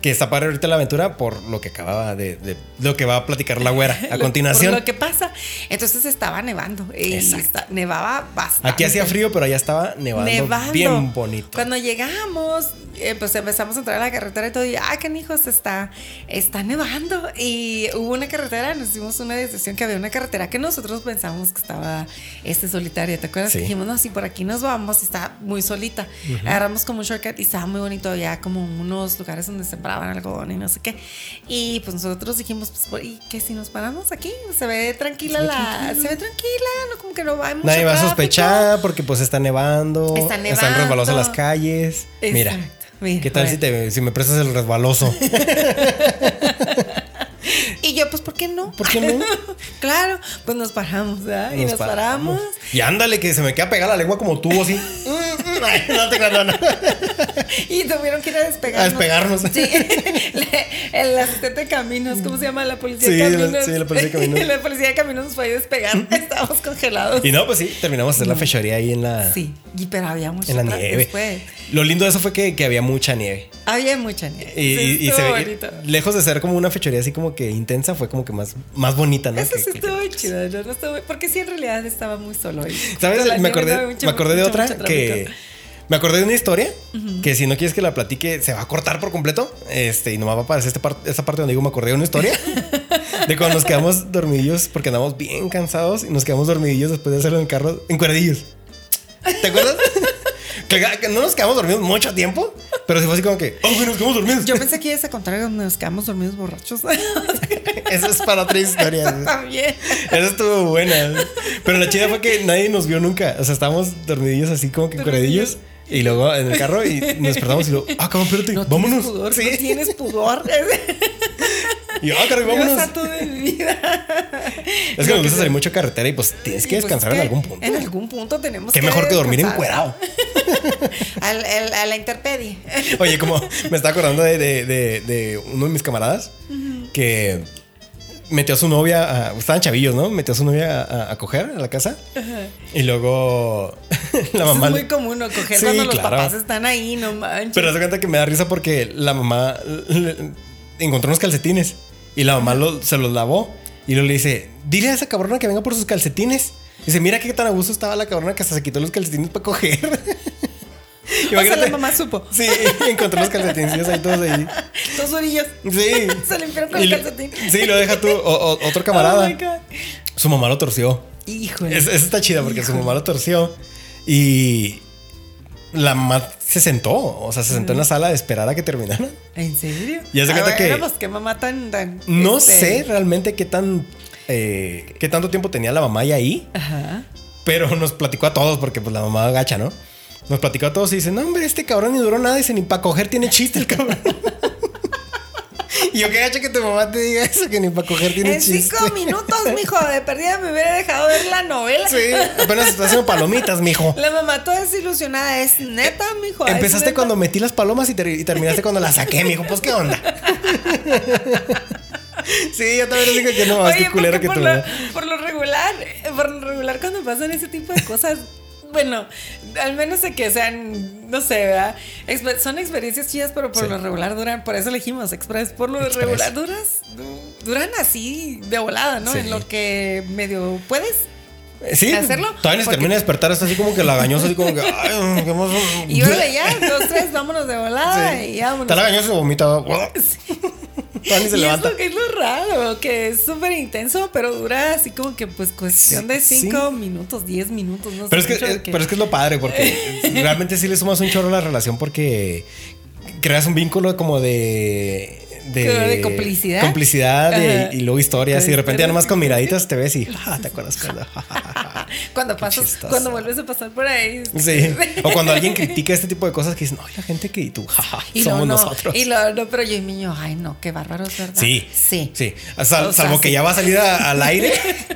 A: que está padre abrirte la aventura por lo que acababa de, de- lo que va a platicar la güera a
B: lo-
A: continuación.
B: Por lo que pasa. Entonces estaba nevando. Y
A: Exacto.
B: esta- nevaba bastante.
A: Aquí hacía frío, pero allá estaba nevando,
B: nevando.
A: bien bonito.
B: Cuando llegamos, eh, pues empezamos a entrar a la carretera y todo, y ah, canijos, está, está nevando. Y hubo una carretera, nos hicimos una decisión que había una carretera que nosotros pensábamos que estaba este, solitaria. ¿Te acuerdas?
A: Sí.
B: Que dijimos, no, sí, por aquí nos vamos, y está muy solita. Agarramos como un shortcut y estaba muy bonito, había como unos lugares donde sembraban algodón y no sé qué. Y pues nosotros dijimos, pues, por- ¿y qué si nos paramos aquí? Se ve tranquila la. Se ve tranquila, no como que no va. hay mucho
A: Nadie va a
B: tráfico.
A: sospechar porque pues está nevando,
B: Está
A: están
B: nevando.
A: resbalosas las calles. Mira,
B: Exacto. Mira,
A: ¿qué tal
B: bueno.
A: si, te, si me prestas el resbaloso?
B: Y yo, pues, ¿por qué no?
A: ¿Por qué no?
B: claro, pues nos paramos, ¿verdad? y nos paramos.
A: Y ándale, que se me queda pegada la lengua como tubo así. Mm, mm, ay, no te creas, no, no.
B: Y tuvieron que ir a
A: A despegarnos.
B: despegarnos. Sí, Le- el asistente de caminos, ¿cómo se llama? La policía
A: Sí,
B: de
A: la-
B: caminos.
A: sí, la policía de caminos.
B: la policía de caminos nos fue a despegar. Estábamos congelados.
A: Y no, pues sí, terminamos de hacer la fechoría ahí en la,
B: Mm. Sí, y, pero había mucho
A: en la
B: tráfico
A: nieve.
B: después.
A: Lo lindo de eso fue que, que había mucha nieve.
B: Había mucha nieve.
A: Y, y-
B: Sí,
A: y se
B: estuvo
A: ve-
B: bonito.
A: lejos de ser como una fechoría así como que intensa, fue como que más, más bonita, ¿no?
B: Eso
A: Que-
B: sí
A: que-
B: estuvo chido, ¿no? No estuvo- porque sí en realidad estaba muy solo. ahí.
A: ¿Sabes?
B: La
A: Me
B: nieve
A: acordé,
B: daba mucho-
A: me acordé de
B: mucho,
A: otra
B: mucho
A: que.
B: tráfico.
A: Me acordé de una historia que si no quieres que la platique, se va a cortar por completo. Este, y nomás va a aparecer este par- esta parte donde digo me acordé de una historia. De cuando nos quedamos dormidillos porque andamos bien cansados y nos quedamos dormidillos después de hacerlo en carro, en cuerdillos. ¿Te acuerdas? Que que no nos quedamos dormidos mucho tiempo, pero se fue así como que, oh, güey, nos quedamos dormidos.
B: Yo pensé que ibas a contar que nos quedamos dormidos borrachos.
A: Ah. Eso es para otra historia.
B: Eso también.
A: Eso estuvo buena. Pero la chida fue que nadie nos vio nunca. O sea, estábamos dormidillos así como que curadillos. Y luego en el carro y nos despertamos y luego, ah, cabrón, espérate,
B: No
A: vámonos.
B: Tienes pudor,
A: Sí.
B: No tienes pudor.
A: Y yo, ah, caray, vámonos.
B: Vas a toda mi vida.
A: Es que nos gusta salir mucho a carretera y pues tienes que
B: Y pues
A: descansar en
B: que
A: algún punto.
B: En algún punto tenemos
A: Qué mejor que dormir
B: descansar.
A: encuerado.
B: Al- al- a la interpedie.
A: Oye, como me estaba acordando de, de- de- de uno de mis camaradas que metió a su novia, a- estaban chavillos, ¿no? Metió a su novia a, a coger a la casa y luego la
B: Eso
A: mamá.
B: es muy común, ¿no? Coger
A: Sí,
B: cuando los
A: claro.
B: papás están ahí, no manches.
A: Pero se cuenta que me da risa porque la mamá le- encontró unos calcetines y la mamá lo- se los lavó y luego le dice: Dile a esa cabrona que venga por sus calcetines. Dice: Mira qué tan a gusto estaba la cabrona que hasta se quitó los calcetines para coger.
B: o sea, la
A: Imagínate.
B: mamá supo.
A: Sí, encontró los calcetines ahí todos ahí.
B: Dos orillas.
A: Sí.
B: Se limpiaron con
A: Y
B: el
A: lo-
B: calcetín.
A: Sí, lo deja tú. O- o- otro
B: Oh my
A: camarada.
B: God.
A: su mamá lo torció.
B: Híjole.
A: Es- Esa está chida porque su
B: Híjole.
A: mamá lo torció. Y la mamá se sentó. O sea, se sentó en la sala a esperar a que terminara.
B: ¿En serio?
A: Y haz de
B: Ah,
A: cuenta que-
B: bueno, pues qué mamá tan. tan,
A: No
B: este,
A: sé realmente qué tan. eh, qué tanto tiempo tenía la mamá ya ahí.
B: Ajá.
A: Pero nos platicó a todos porque pues la mamá gacha, ¿no? Nos platicó a todos y dice, no, hombre, este cabrón ni duró nada. Dice, ni para coger tiene chiste el cabrón. y yo qué gacha que tu mamá te diga eso, que ni para coger tiene
B: En
A: chiste.
B: cinco minutos, mijo, de perdida me hubiera dejado ver la novela.
A: Sí, apenas está haciendo palomitas, mijo.
B: La mamá toda desilusionada. Es neta, mijo. ¿Es
A: Empezaste
B: neta?
A: cuando metí las palomas y, ter- y terminaste cuando las saqué, mijo. Pues qué onda. sí, yo también digo que no, más
B: Oye,
A: que culero que
B: porque por,
A: tú.
B: lo, por lo regular, eh, por lo regular cuando pasan ese tipo de cosas, bueno, al menos de que sean, no sé, ¿verdad? Expe- son experiencias chidas, pero por
A: Sí.
B: lo regular duran, por eso elegimos Express, por lo
A: Express.
B: regular duras, du- duran así de volada, ¿no?
A: Sí.
B: En lo que medio puedes.
A: Eh, Sí,
B: ¿Hacerlo?
A: todavía ni se
B: Porque-
A: termina de despertar, está así como que lagañoso, así como que. Ay, qué más.
B: Y órale ya, dos, tres, vámonos de volada y vámonos.
A: Está lagañoso y vomita. Todavía ni se
B: y
A: levanta.
B: es lo que es lo raro, que es súper intenso, pero dura así como que pues cuestión de
A: Sí,
B: cinco minutos, 10 minutos, no
A: Pero es,
B: sé.
A: que,
B: mucho
A: eh, pero es que es lo padre, porque realmente sí le sumas un chorro a la relación porque creas un vínculo como de.
B: Como de complicidad.
A: Complicidad de-
B: Ajá.
A: y luego historias. Y de
B: Pero-
A: repente,
B: pero-
A: ya nomás con miraditas te ves y. "Ah, ¿Te acuerdas cuando?
B: Cuando
A: Qué
B: pasas,
A: chistoso.
B: cuando vuelves a pasar por ahí.
A: Sí. O cuando alguien critica este tipo de cosas que dicen, no, la gente que y tú,
B: Y
A: somos
B: luego no,
A: nosotros.
B: Y luego no, pero yo y mi niño, ay no, qué bárbaros, ¿verdad?
A: Sí,
B: Sí.
A: sí. Sal-
B: O sea,
A: salvo que
B: sí.
A: ya va a salir a- al aire.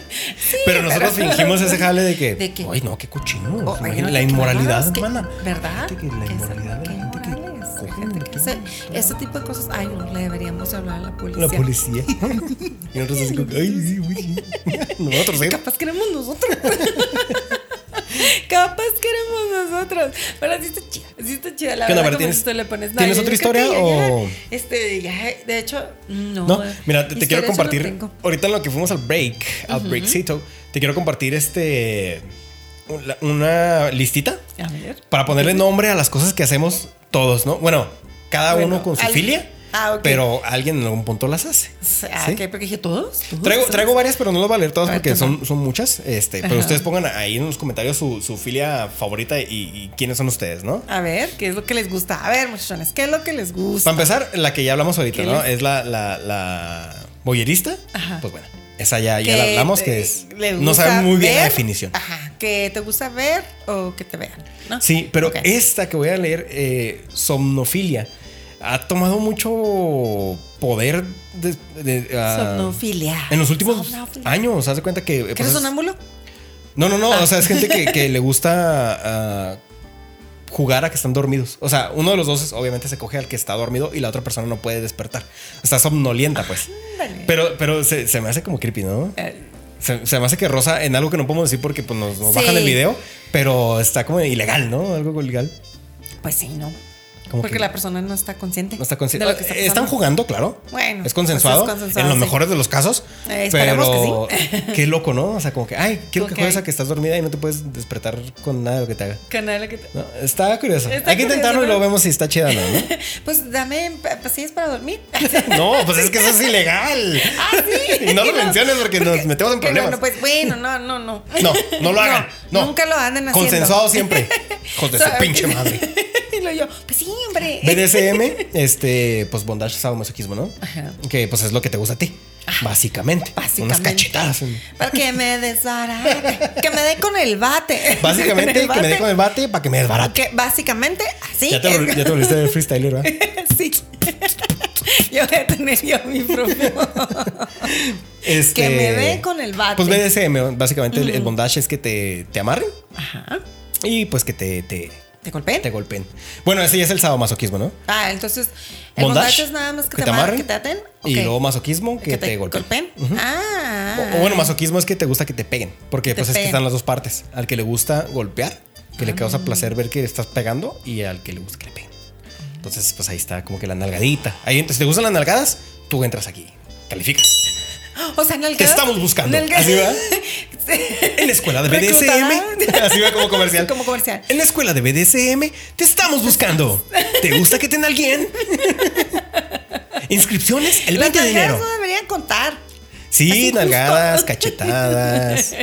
A: pero nosotros
B: pero-
A: fingimos ese jale de que,
B: ¿De qué?
A: ay, no, qué cochino.
B: Oh,
A: o sea,
B: ay,
A: imagina-
B: no,
A: la
B: qué
A: inmoralidad
B: bárbaros, qué-
A: humana.
B: ¿Verdad?
A: Fíjate que la
B: Qué-
A: inmoralidad de
B: qué
A: la gente que
B: inmorales,
A: coge,
B: gente que-
A: qué
B: ese- Ese tipo de cosas, ay no, le deberíamos de hablar a la policía.
A: La policía. y nosotros así como, que, ay, sí, güey. sí". Nosotros, ¿eh?
B: Pues Capaz que éramos nosotros. Capaz que éramos nosotros. Pero así está chida. Así está chida. La
A: ¿Qué onda, Bárbara?
B: verdad, como
A: ¿Tienes-
B: dices tú, le pones, No,
A: tienes
B: yo
A: otra
B: creo que
A: historia
B: ya- ya-
A: o-
B: Este, ya, de hecho, no.
A: No,
B: eh,
A: mira, te, te quiero
B: historias yo no
A: compartir.
B: tengo.
A: ahorita en lo que fuimos al break, al breakcito, te quiero compartir este. una- Una listita
B: A ver.
A: para ponerle nombre a las cosas que hacemos todos, ¿no? Bueno, cada
B: Bueno,
A: uno con su
B: al-
A: filia,
B: Ah, ok.
A: pero alguien en algún punto las hace.
B: Ah,
A: ¿Sí?
B: ¿qué? Porque dije todos. ¿Todos?
A: Traigo,
B: ¿Todos?
A: traigo varias, pero no las voy a leer todas
B: A ver,
A: porque
B: tú
A: son, son muchas. Este, pero
B: Ajá.
A: ustedes pongan ahí en los comentarios su, su filia favorita y, y quiénes son ustedes, ¿no?
B: A ver, ¿qué es lo que les gusta? A ver, muchachones, ¿qué es lo que les
A: Para
B: gusta?
A: empezar, la que ya hablamos ahorita,
B: ¿Qué
A: ¿no?
B: les-
A: Es la, la, la boyerista.
B: Ajá.
A: Pues bueno, esa ya, ya
B: ¿Qué
A: la hablamos,
B: te-
A: que es.
B: les
A: No
B: gusta
A: saben muy bien la
B: ver? Ah.
A: definición.
B: Ajá. ¿Que te gusta ver o que te vean? ¿no?
A: Sí, pero
B: Ok.
A: esta que voy a leer, eh, somnofilia, ha tomado mucho poder de- de- ah,
B: Somnofilia.
A: en los últimos
B: Somnofilia.
A: años. Haz de cuenta que. eh,
B: ¿Que
A: pues,
B: eres
A: es-
B: sonámbulo?
A: No, no, no. O sea, es gente que, que le gusta ah, jugar a que están dormidos. O sea, uno de los dos es- obviamente se coge al que está dormido y la otra persona no puede despertar. Está somnolienta, pues.
B: Ándale.
A: Pero, pero se, se me hace como creepy, ¿no?
B: Eh,
A: Se, se me hace que Rosa, en algo que no podemos decir porque pues, nos, nos bajan
B: Sí.
A: el video, pero está como ilegal, ¿no? Algo ilegal.
B: Pues sí, ¿no?
A: Como
B: Porque
A: que
B: la persona no está consciente.
A: no está consciente.
B: de lo que está
A: Están
B: pasando.
A: jugando, claro.
B: Bueno,
A: Es consensuado.
B: pues es consensuado,
A: en los
B: sí.
A: mejores de los casos.
B: Eh, esperemos
A: pero
B: que
A: qué loco, ¿no? O sea, como que, ay, quiero que
B: Ok.
A: juegues a que estás dormida y no te puedes despertar con nada de lo que te haga.
B: Canal que te-
A: No, está curioso.
B: Está
A: Hay que
B: curioso,
A: intentarlo y
B: ¿no?
A: luego vemos si está chida o no. ¿no?
B: Pues dame pa- pastillas para dormir.
A: No, pues es que eso es ilegal.
B: Ah,
A: Y no lo menciones porque nos metemos en
B: Que no,
A: problemas.
B: no, pues bueno, no, no, no.
A: No, no lo hagan. No.
B: Nunca lo anden haciendo.
A: Consensuado siempre. Hijos de su
B: Sabe-
A: pinche madre.
B: y lo yo, pues sí, hombre.
A: BDSM, este, pues bondage sadomasoquismo, ¿no?
B: Ajá.
A: Que pues es lo que te gusta a ti. Básicamente.
B: Básicamente.
A: Unas cachetadas. en-
B: Para que me desbarate. Que me dé con el bate.
A: Básicamente, que me dé con
B: bate.
A: el bate para que me desbarate.
B: Que básicamente así.
A: Ya te, vol- ya te volviste de freestyler, ¿verdad?
B: sí. yo voy a tener yo mi propio.
A: Este,
B: Que me dé con el bate.
A: Pues BDSM, básicamente el- el bondage es que te, te amarren
B: Ajá.
A: y pues que te, te,
B: ¿Te golpeé?
A: te golpeen. Bueno, ese ya es el sadomasoquismo, ¿no?
B: Ah, entonces. El
A: Bondage,
B: bondage es nada más que,
A: que
B: te,
A: te amarren,
B: amarren, que te aten.
A: Y
B: ok.
A: luego masoquismo, que, te, golpeen. Ujú.
B: Ah.
A: O, o bueno, masoquismo es que te gusta que te peguen. Porque
B: Que te
A: pues es que
B: peguen.
A: están las dos partes. Al que le gusta golpear, que le
B: Ah.
A: causa placer ver que estás pegando, y al que le gusta que le peguen. Entonces, pues ahí está como que la nalgadita. Ahí entonces, si te gustan las nalgadas, tú entras aquí. Calificas.
B: O sea, en el
A: Te estamos buscando. Así va. En la escuela de BDSM.
B: Reclutada.
A: Así va como comercial.
B: Como comercial.
A: En la escuela de BDSM te estamos buscando. ¿Te gusta que tenga alguien? Inscripciones el 20 de enero.
B: no deberían contar. Es
A: Sí,
B: injusto.
A: nalgadas, cachetadas.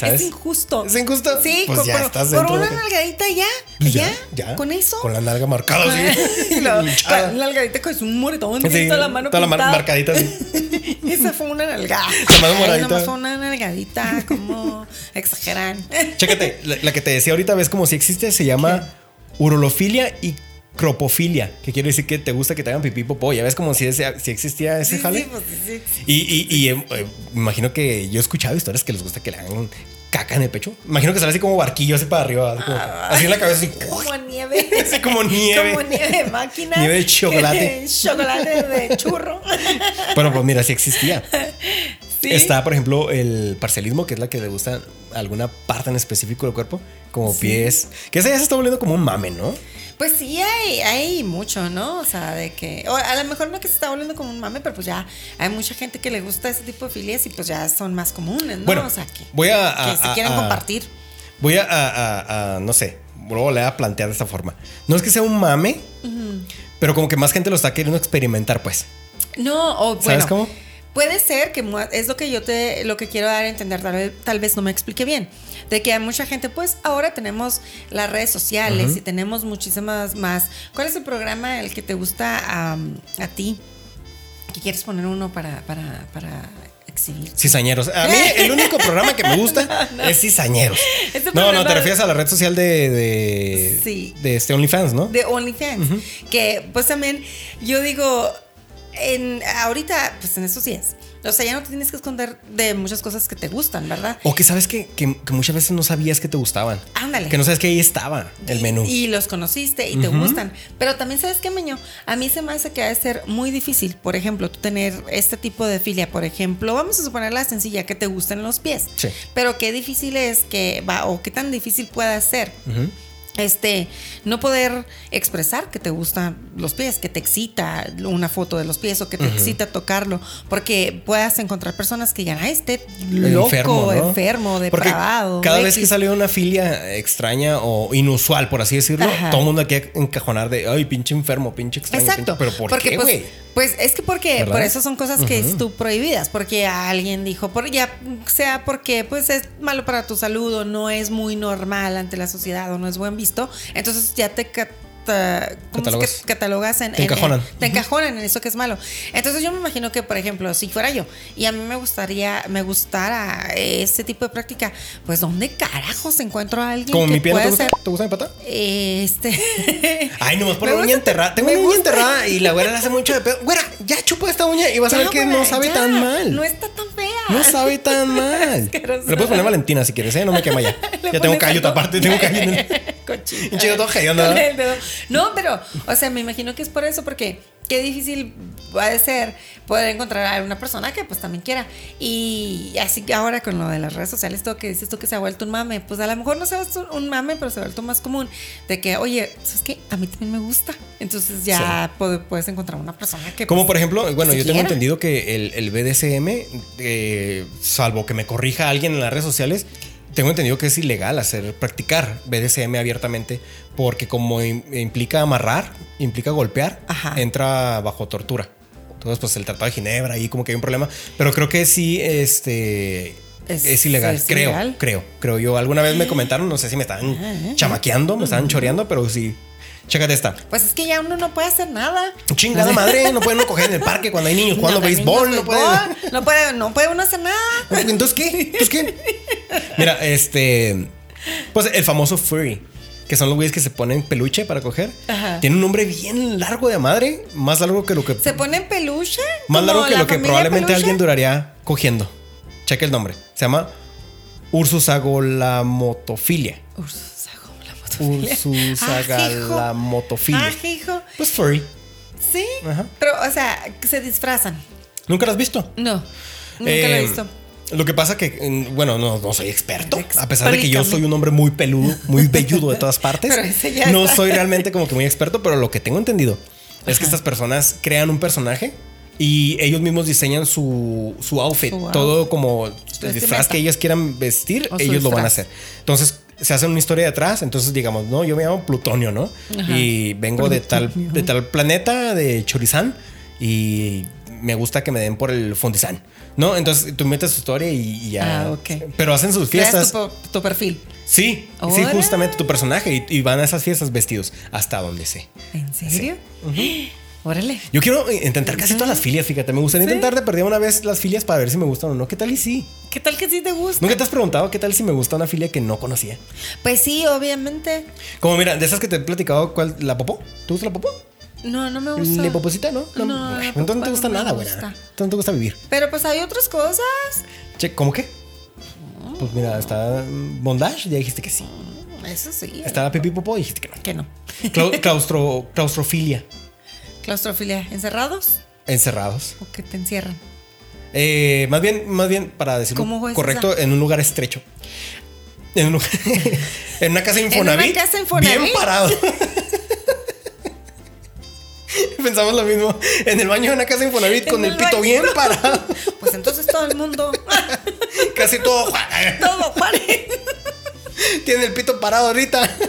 A: ¿Sabes?
B: Es injusto.
A: ¿Es injusto?
B: Sí,
A: Pues
B: con,
A: ya
B: por,
A: estás
B: por
A: dentro
B: una
A: de-
B: nalgadita ya,
A: Pues
B: ya.
A: ya.
B: Con eso.
A: Con la nalga marcada, sí.
B: La
A: Hinchada.
B: la nalgadita con un moretón.
A: Sí,
B: Sí, toda la mano
A: toda la mar-
B: pintada.
A: marcadita. sí.
B: Esa fue una nalgada.
A: La mano
B: Ay,
A: moradita.
B: nomás fue una nalgadita. Como exageran.
A: Chécate, la, la que te decía ahorita, ves como si existe, se llama urolofilia y cropofilia, que quiere decir que te gusta que te hagan pipí popó. Ya ves como si, ese- si existía ese
B: Sí,
A: jale.
B: sí, pues, sí, sí.
A: Y, y, y, em, eh, me imagino que yo he escuchado historias que les gusta que le hagan caca en el pecho. Me Imagino que sale así como barquillo, así para arriba, así, como-
B: Ah.
A: así en la cabeza, así,
B: Como nieve.
A: así como nieve.
B: Como nieve de máquina.
A: Nieve de chocolate.
B: chocolate de churro.
A: Pero pues mira, sí existía.
B: Sí.
A: Está, por ejemplo, el parcelismo, que es la que le gusta alguna parte en específico del cuerpo, como pies. Que esa ya se está volviendo como un mame, ¿no?
B: Pues sí, hay, hay mucho, ¿no? O sea, de que. o a lo mejor no que se está volviendo como un mame, pero pues ya hay mucha gente que le gusta ese tipo de filias y pues ya son más comunes, ¿no?
A: Bueno,
B: o sea, que,
A: voy a-
B: que
A: a-
B: se
A: a-
B: quieren
A: a-
B: compartir.
A: Voy a, a- a- a- no sé, luego le voy a plantear de esta forma. No es que sea un mame, pero como que más gente lo está queriendo experimentar, pues.
B: No, o bueno.
A: ¿Sabes cómo?
B: Puede ser que mua- es lo que yo te lo que quiero dar a entender, tal vez, tal vez no me expliqué bien, de que hay mucha gente, pues ahora tenemos las redes sociales y tenemos muchísimas más. ¿Cuál es el programa el que te gusta am, a ti? Que quieres poner uno para, para, para exhibir.
A: Cizañeros. A mí el único programa que me gusta es Cizañeros.
B: Ese
A: No, no,
B: programa-
A: te refieres a la red social de, de,
B: Sí.
A: de este OnlyFans, ¿no?
B: de OnlyFans. Que pues también yo digo, en ahorita, pues en esos días. O sea, ya no te tienes que esconder de muchas cosas que te gustan, ¿verdad?
A: o que sabes que, que- que muchas veces no sabías que te gustaban.
B: Ándale.
A: Que no sabes que ahí estaba el
B: Y-
A: menú.
B: Y, los conociste y te gustan. Pero también sabes qué, Meño, a mí se me hace que ha de ser muy difícil, por ejemplo, tú tener este tipo de filia. Por ejemplo, vamos a suponer la sencilla que te gusten los pies.
A: Sí.
B: Pero qué difícil es que va, o qué tan difícil puede ser
A: Ujú.
B: este, no poder expresar que te gustan los pies, que te excita una foto de los pies o que te excita tocarlo, porque puedas encontrar personas que ya este loco, enfermo,
A: ¿no? Porque
B: depravado.
A: Cada vez que
B: X".
A: sale una filia extraña o inusual, por así decirlo,
B: Ajá.
A: todo el mundo quiere encajonar de ay, pinche enfermo, pinche extraño.
B: Exacto.
A: pinche-". Pero ¿por
B: porque
A: qué,
B: pues,
A: güey?
B: pues es que porque
A: ¿Verdad?
B: por eso son cosas que tú prohibidas, porque alguien dijo, por ya sea porque pues es malo para tu salud o no es muy normal ante la sociedad o no es buen visto, entonces ya te cata- ¿cómo es que
A: Catalogas.
B: catalogas en,
A: Te
B: en- en-
A: encajonan.
B: te encajonan en eso que es malo. Entonces yo me imagino que, por ejemplo, si fuera yo y a mí me gustaría, me gustara este tipo de práctica, pues ¿dónde carajos encuentro a alguien
A: Como
B: que
A: mi pierna, ¿te
B: pueda
A: gusta?
B: ser
A: ¿Te gusta mi pata?
B: este
A: Ay, nomás por
B: Me
A: la uña
B: gusta-
A: enterrada. Tengo
B: me
A: una uña
B: gusta.
A: enterrada y la güera le hace mucho de pedo. Güera, ya chupa esta uña y vas a ver
B: Ya,
A: que
B: güera,
A: no sabe
B: ya.
A: tan mal.
B: No está tan fea.
A: No sabe tan mal. Le
B: Asqueroso.
A: puedes poner Valentina si quieres, ¿eh? No me quema ya.
B: Le
A: Ya tengo
B: pones
A: callo
B: algo.
A: aparte, tengo callo. en el-
B: Cochino.
A: Chido todo hediondo,
B: Con
A: ¿verdad?
B: el dedo. No, pero, o sea, me imagino que es por eso, porque qué difícil va a ser poder encontrar a una persona que pues también quiera. Y así que ahora con lo de las redes sociales, todo que dices tú que se ha vuelto un mame, pues a lo mejor no se ha vuelto un mame, pero se ha vuelto más común de que, oye, ¿sabes qué? A mí también me gusta. Entonces ya pod- puedes encontrar una persona que...
A: Como
B: pues,
A: por ejemplo, bueno, yo tengo
B: siquiera.
A: entendido que el, el BDSM, eh, salvo que me corrija alguien en las redes sociales, tengo entendido que es ilegal hacer practicar BDSM abiertamente porque como im- implica amarrar, implica golpear,
B: Ajá.
A: entra bajo tortura. Entonces, pues el Tratado de Ginebra ahí como que hay un problema, pero creo que sí, este es,
B: Es-
A: ilegal,
B: es
A: creo,
B: ilegal. Ah,
A: creo, creo yo. Alguna vez me comentaron, no sé si me estaban chamaqueando, me estaban choreando, pero sí. Chécate esta.
B: Pues es que ya uno no puede hacer nada.
A: Chingada madre, no pueden no coger en el parque cuando hay niños jugando
B: No, también
A: béisbol,
B: no
A: no pueden.
B: béisbol, No puede, no puede uno hacer nada.
A: Entonces, ¿qué? Entonces, ¿qué? Mira, este. Pues el famoso furry, que son los güeyes que se ponen peluche para coger.
B: Ajá.
A: Tiene un nombre bien largo de madre, más largo que lo que.
B: Se ponen peluche.
A: más
B: como
A: largo que
B: la
A: lo que
B: familia
A: probablemente
B: peluche.
A: alguien duraría cogiendo. Checa el nombre. Se llama Ursusagolamotofilia.
B: Ursus agolamotofilia.
A: Ursusagolamotofilia.
B: Ah, hijo.
A: Pues furry.
B: Sí.
A: Ajá.
B: Pero, o sea, que se disfrazan.
A: ¿Nunca lo has visto?
B: No. Nunca lo he
A: Eh,
B: visto.
A: Lo que pasa que, mm, bueno, no, no soy experto, a pesar de que yo
B: Explícame.
A: soy un hombre muy peludo, muy velludo de todas partes.
B: Pero ese ya
A: no
B: está.
A: soy realmente como que muy experto, pero lo que tengo entendido es que estas personas crean un personaje y ellos mismos diseñan su, su outfit,
B: Su
A: todo como el disfraz
B: vestimenta.
A: que ellas quieran vestir,
B: O su
A: ellos lo van a
B: disfraz.
A: hacer. Entonces se hace una historia detrás, entonces digamos, no, yo me llamo Plutonio, ¿no?
B: Ajá.
A: Y vengo de tal, de tal planeta, de Chorizán, y me gusta que me den por el Fondizán, ¿no? Entonces tú metes tu historia y, y ya.
B: Ah, ok.
A: Pero hacen sus
B: Creas
A: fiestas.
B: Tu, po- tu perfil.
A: Sí, sí,
B: Órale.
A: justamente tu personaje, y, y van a esas fiestas vestidos, hasta donde sé.
B: ¿En serio? Órale.
A: Yo quiero intentar casi todas las filias, fíjate, me gustaría intentar de perder una vez las filias para ver si me gustan o no. ¿Qué tal y sí?
B: ¿Qué tal que sí te gusta?
A: ¿Nunca te has preguntado qué tal si me gusta una filia que no conocía?
B: Pues sí, obviamente.
A: Como mira, de esas que te he platicado, ¿cuál? ¿La popó? ¿Te gusta la popó?
B: No, no me gusta.
A: ¿La poposita, no?
B: No, la
A: Entonces
B: popó
A: no te
B: no
A: gusta
B: me
A: nada, güey.
B: gusta.
A: Entonces no te gusta vivir.
B: Pero pues hay otras cosas.
A: Che, ¿cómo qué? Pues mira, está mm, bondage, ya dijiste que sí.
B: Eso sí.
A: Está la pipí popó, dijiste que no.
B: Que no.
A: Clau- claustro, claustrofilia,
B: Claustrofilia. ¿Encerrados
A: encerrados.
B: o que te encierran?
A: Eh, más bien, más bien, para decirlo
B: ¿Cómo es
A: correcto, en un lugar estrecho. En, un lugar- en una casa Infonavit.
B: una casa Infonavit.
A: Bien parado. Pensamos lo mismo. En el baño de una casa Infonavit con el,
B: En el
A: pito
B: baño.
A: bien parado.
B: Pues entonces todo el mundo.
A: Casi todo.
B: todo, pare.
A: Tiene el pito parado ahorita.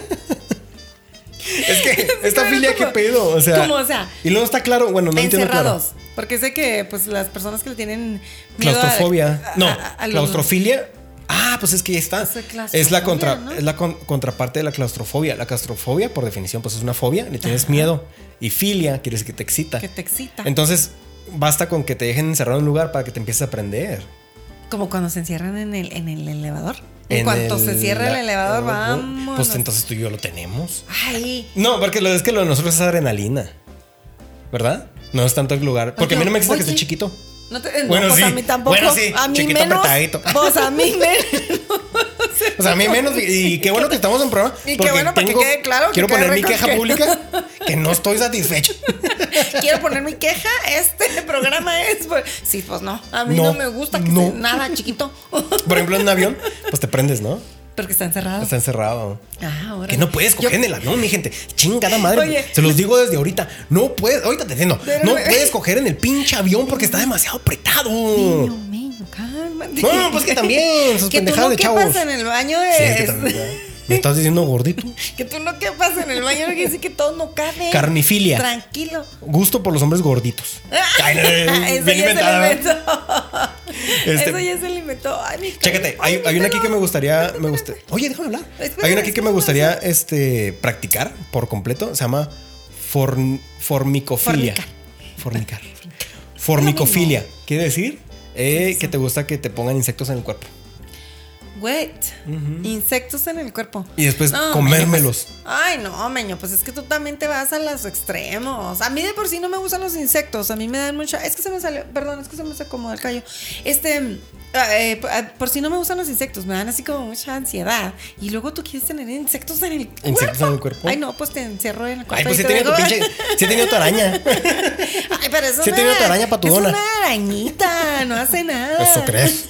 A: Es que esta
B: que
A: filia
B: era
A: que
B: como-
A: pedo, o sea,
B: como, o sea,
A: y luego está claro, bueno, no entiendo claro.
B: encerrados. Porque sé que pues las personas que le tienen miedo a-
A: Claustrofobia.
B: a-
A: No,
B: a- a los-
A: claustrofilia. Ah, pues es que ya está.
B: Es de claustrofobia,
A: Es la contra,
B: ¿no?
A: es la con- contraparte de la claustrofobia. La claustrofobia, por definición, pues es una fobia, le tienes miedo. Y filia, quiere decir que te excita.
B: que te excita.
A: Entonces, basta con que te dejen encerrado en un lugar para que te empieces a aprender.
B: como cuando se encierran en el, en el elevador. En, cuanto se
A: el-
B: cierra el elevador, vamos.
A: Pues entonces tú y yo lo tenemos.
B: Ay.
A: No, porque lo es que lo de nosotros es adrenalina. ¿verdad? No es tanto el lugar. Porque a mí no me excita que
B: Oye.
A: esté chiquito.
B: No te, no,
A: Bueno,
B: pues
A: sí.
B: a mí tampoco.
A: Bueno, sí.
B: A mí
A: Chiquito
B: menos.
A: apretadito.
B: Pues a mí menos.
A: O sea, a mí menos. Y qué bueno que estamos en prueba.
B: Y qué bueno para que quede claro que
A: Quiero
B: cada
A: poner mi
B: récord
A: queja
B: que-
A: pública que no estoy satisfecho.
B: Quiero poner mi queja. Este programa es. por- Sí, pues no. A mí no,
A: No,
B: me gusta que
A: no.
B: se- nada chiquito.
A: Por ejemplo, en un avión, pues te prendes, ¿no?
B: Porque está encerrado.
A: Está encerrado.
B: Ah, ahora.
A: Que no puedes coger en el avión, mi gente. Chingada madre.
B: Oye.
A: Se los digo desde ahorita. No puedes, ahorita te entiendo.
B: Pero-
A: No puedes coger en el pinche avión porque está demasiado apretado.
B: Niño, niño, cálmate.
A: Oh. No, pues que también, sus
B: que tú
A: pendejadas
B: no
A: de
B: quepas
A: chavos.
B: en el baño de.
A: Sí, es que también, ¿verdad? Me estás diciendo gordito.
B: que tú no quepas en el baño, no quiere decir que todos no caben.
A: Carnifilia.
B: Tranquilo.
A: Gusto por los hombres gorditos. Ay, no, no, no,
B: Eso
A: Eh, bien
B: ya
A: inventada,
B: se lo
A: ¿verdad?
B: inventó.
A: Este-
B: Eso ya se lo inventó. Ay, mi
A: Chécate,
B: cara.
A: hay,
B: Ay,
A: hay una aquí que
B: míralo.
A: me gustaría. Me gusta, oye, déjame hablar.
B: Espérame,
A: Hay una aquí que me
B: espérame.
A: gustaría este, practicar por completo. Se llama forn- formicofilia. Fornicar. Formicofilia. Quiere decir eh, que te gusta que te pongan insectos en el cuerpo.
B: Wait. Insectos en el cuerpo.
A: Y después comérmelos.
B: comérmelos. Ay, no, meño, pues es que tú también te vas a los extremos. A mí de por sí no me gustan los insectos. A mí me dan mucha. Es que se me salió. Perdón, es que se me acomodó el callo. Este. eh, por, eh, por si no me gustan los insectos, me dan así como mucha ansiedad. Y luego tú quieres tener insectos en el cuerpo.
A: ¿Insectos en el cuerpo?
B: Ay, no, pues te encierro en el cuerpo.
A: Ay, pues sí
B: y
A: he
B: te
A: tenido tu
B: dejo-
A: pinche. Sí he tenido tu araña.
B: Ay, pero eso
A: Sí he
B: no
A: tenido
B: es-
A: tu araña patudona.
B: Es una arañita, no hace nada.
A: Eso crees.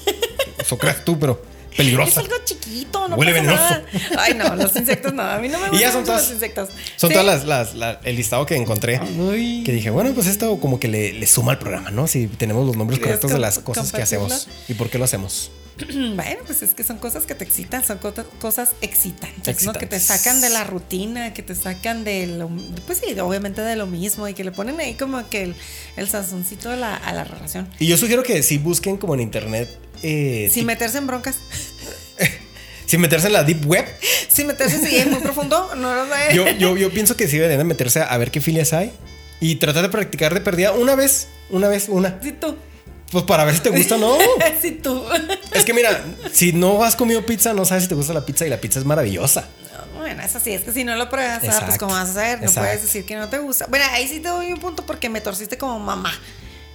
A: Eso crees tú, pero
B: Es
A: peligrosa.
B: algo chiquito, no
A: Huele
B: pasa
A: venenoso.
B: nada. Ay, no, los insectos no, a mí no me
A: Y ya
B: gustan
A: son
B: mucho
A: todas-
B: los insectos.
A: Son
B: Sí.
A: todas las, las- la- el listado que encontré. Que dije, bueno, pues esto como que le, le suma al programa, ¿no? Si tenemos los nombres
B: ¿Quieres
A: correctos de
B: comp-
A: las cosas que
B: compartirlo?
A: hacemos y por qué lo hacemos.
B: Bueno, pues es que son cosas que te excitan, son cota- cosas excitantes, ¿no? Que te
A: Excitantes.
B: sacan de la rutina, que te sacan de lo, pues sí, obviamente de lo mismo y que le ponen ahí como que el, el sazoncito a la, a la relación.
A: Y yo sugiero que sí busquen como en internet. eh,
B: Sin
A: ti-
B: meterse en broncas,
A: sin meterse en la deep web.
B: sin meterse así muy profundo, no lo sé.
A: Yo, yo, yo pienso que sí deberían de meterse a ver qué filias hay y tratar de practicar de perdida una vez, una vez, una.
B: Si tú,
A: Pues para ver si te gusta o no.
B: si tú.
A: Es que mira, si no has comido pizza, no sabes si te gusta la pizza y la pizza es maravillosa.
B: Bueno, eso sí, es que si no lo pruebas, ah, pues
A: Exacto,
B: cómo vas a saber, no
A: exacto.
B: puedes decir que no te gusta. Bueno, ahí sí te doy un punto porque me torciste como mamá.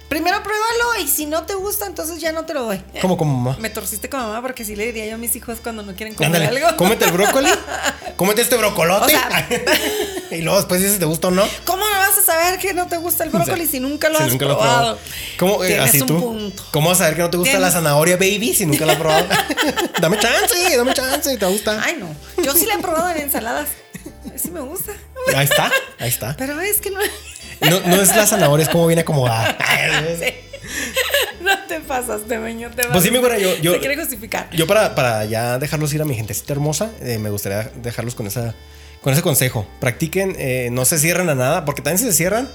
B: Primero pruébalo y si no te gusta, entonces ya no te lo doy.
A: Como como mamá.
B: Me torciste como mamá porque sí le diría yo a mis hijos cuando no quieren comer
A: Ándale,
B: algo.
A: cómete el brócoli, cómete este brocolote.
B: O sea-
A: y luego después dices si te gusta o no.
B: ¿Cómo no vas a saber que no te gusta el brócoli si nunca lo
A: Si
B: has
A: nunca lo he
B: probado?
A: ¿Cómo, eh,
B: Tienes
A: así
B: un
A: tú?
B: punto.
A: ¿Cómo vas a saber que no te gusta
B: Tienes-
A: la zanahoria baby si nunca la has probado? dame chance, dame chance, te gusta.
B: Ay, no. Yo sí la he probado en ensaladas. Sí me gusta.
A: Ahí está, ahí está.
B: Pero es que no,
A: No, no es la zanahoria, es como viene acomodada.
B: no te pasaste, meño. Te
A: Pues sí, mi
B: me
A: güera, yo- yo-
B: Te quiere justificar.
A: Yo para, para ya dejarlos ir a mi gentecita hermosa, eh, me gustaría dejarlos con esa con ese consejo. Practiquen, eh, no se cierran a nada, porque también si se cierran.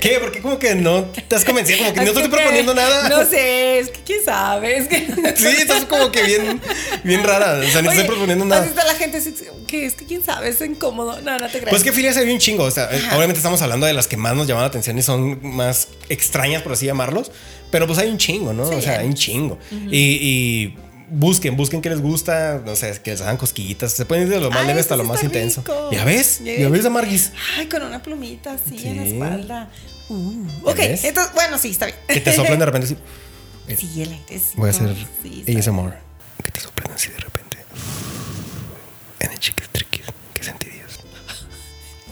A: ¿Qué? Porque como que no te has convencido, como que no
B: Es
A: te
B: que
A: estoy proponiendo nada.
B: No sé, es que quién sabe. Es que.
A: Sí, estás como que bien, bien rara. O sea, ni te estoy
B: Oye,
A: proponiendo
B: Así
A: nada.
B: está la gente, así que es que quién sabe, es incómodo. No, no te creas.
A: Pues que filias hay un chingo. O sea, eh, obviamente estamos hablando de las que más nos llaman la atención y son más extrañas, por así llamarlos. Pero pues hay un chingo, ¿no?
B: Sí,
A: o sea,
B: hay
A: hay un chingo. y, y busquen, busquen que les gusta. No sé, que les hagan cosquillitas. Se pueden ir de lo más
B: Ay,
A: leve
B: eso
A: hasta
B: sí
A: lo más
B: está
A: intenso.
B: rico.
A: ¿Ya ves?
B: Ya
A: ¿Ya
B: ves.
A: ves, Amarguis?
B: Ay, con una plumita así en la
A: Sí.
B: espalda. Uh,
A: ¿Ya
B: ok,
A: ves?
B: entonces, bueno, sí, está bien.
A: Que te soplen de repente así.
B: Sí, el airecito.
A: Voy a hacer
B: Sí, está bien.
A: ASMR. Que te soplen así de repente. En el chiquis triquis. ¿Qué sentirías?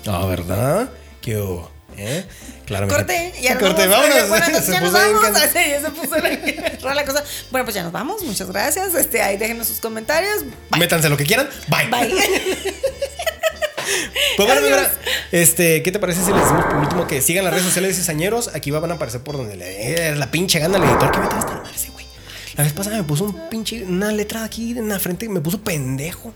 A: Ah, ¿verdad? ¿Qué hubo? ¿Eh? Claro, mi
B: Corte,
A: gente.
B: ya nos
A: Corte,
B: vamos.
A: vámonos.
B: Bueno, entonces
A: Se
B: ya nos
A: puso bien
B: vamos.
A: cansado.
B: Así, ya se puso la, rara la cosa. Bueno, pues ya nos vamos. Muchas gracias. Este, ahí déjenos sus comentarios. Bye.
A: Métanse lo que quieran. Bye.
B: Bye.
A: Pues bueno,
B: Adiós.
A: mira, este, ¿qué te parece si les decimos por último que sigan las redes sociales de Cizañeros? Aquí va- van a aparecer por donde le dé la pinche gana al editor que me hasta la madre ese güey. La vez pasada me puso un pinche, una letra aquí en la frente y me puso pendejo.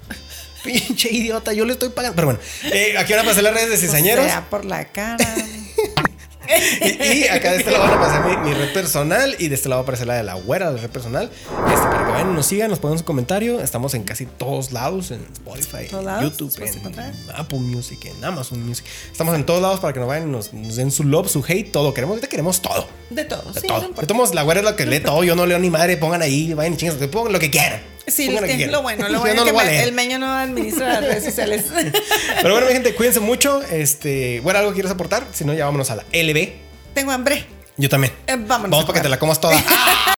A: Pinche idiota, yo le estoy pagando. Pero bueno, eh, aquí van a pasar las redes de Cizañeros.
B: O sea, por la cara.
A: Y, y acá de este lado van a pasar mi, mi red personal y de este lado va a aparecer la de la güera, la red personal. Este, para que vayan, y nos sigan, nos pongan su comentario. Estamos en casi todos lados, en Spotify,
B: Todos
A: en
B: lados,
A: YouTube,
B: nos puedes encontrar.
A: en Apple Music, en Amazon Music. Estamos en todos lados para que nos vayan, y nos, nos den su love, su hate, todo. Queremos, ahorita queremos todo.
B: De todo.
A: De
B: sí, no
A: todo.
B: importa.
A: De todos modos, la güera es la que lee todo. Yo no leo ni madre. Pongan ahí, vayan y chingas, pongan lo que quieran.
B: Sí,
A: Pongan
B: es que
A: quieran.
B: lo bueno,
A: Yo
B: lo bueno
A: no
B: es que
A: lo voy a
B: me-
A: leer.
B: el meño no administra las redes sociales.
A: Pero bueno, mi gente, cuídense mucho. Este, bueno, algo que quieras aportar. Si no, ya vámonos a la LB.
B: Tengo hambre.
A: Yo también.
B: Eh, vámonos
A: Vamos para que
B: a comer.
A: te la comas toda.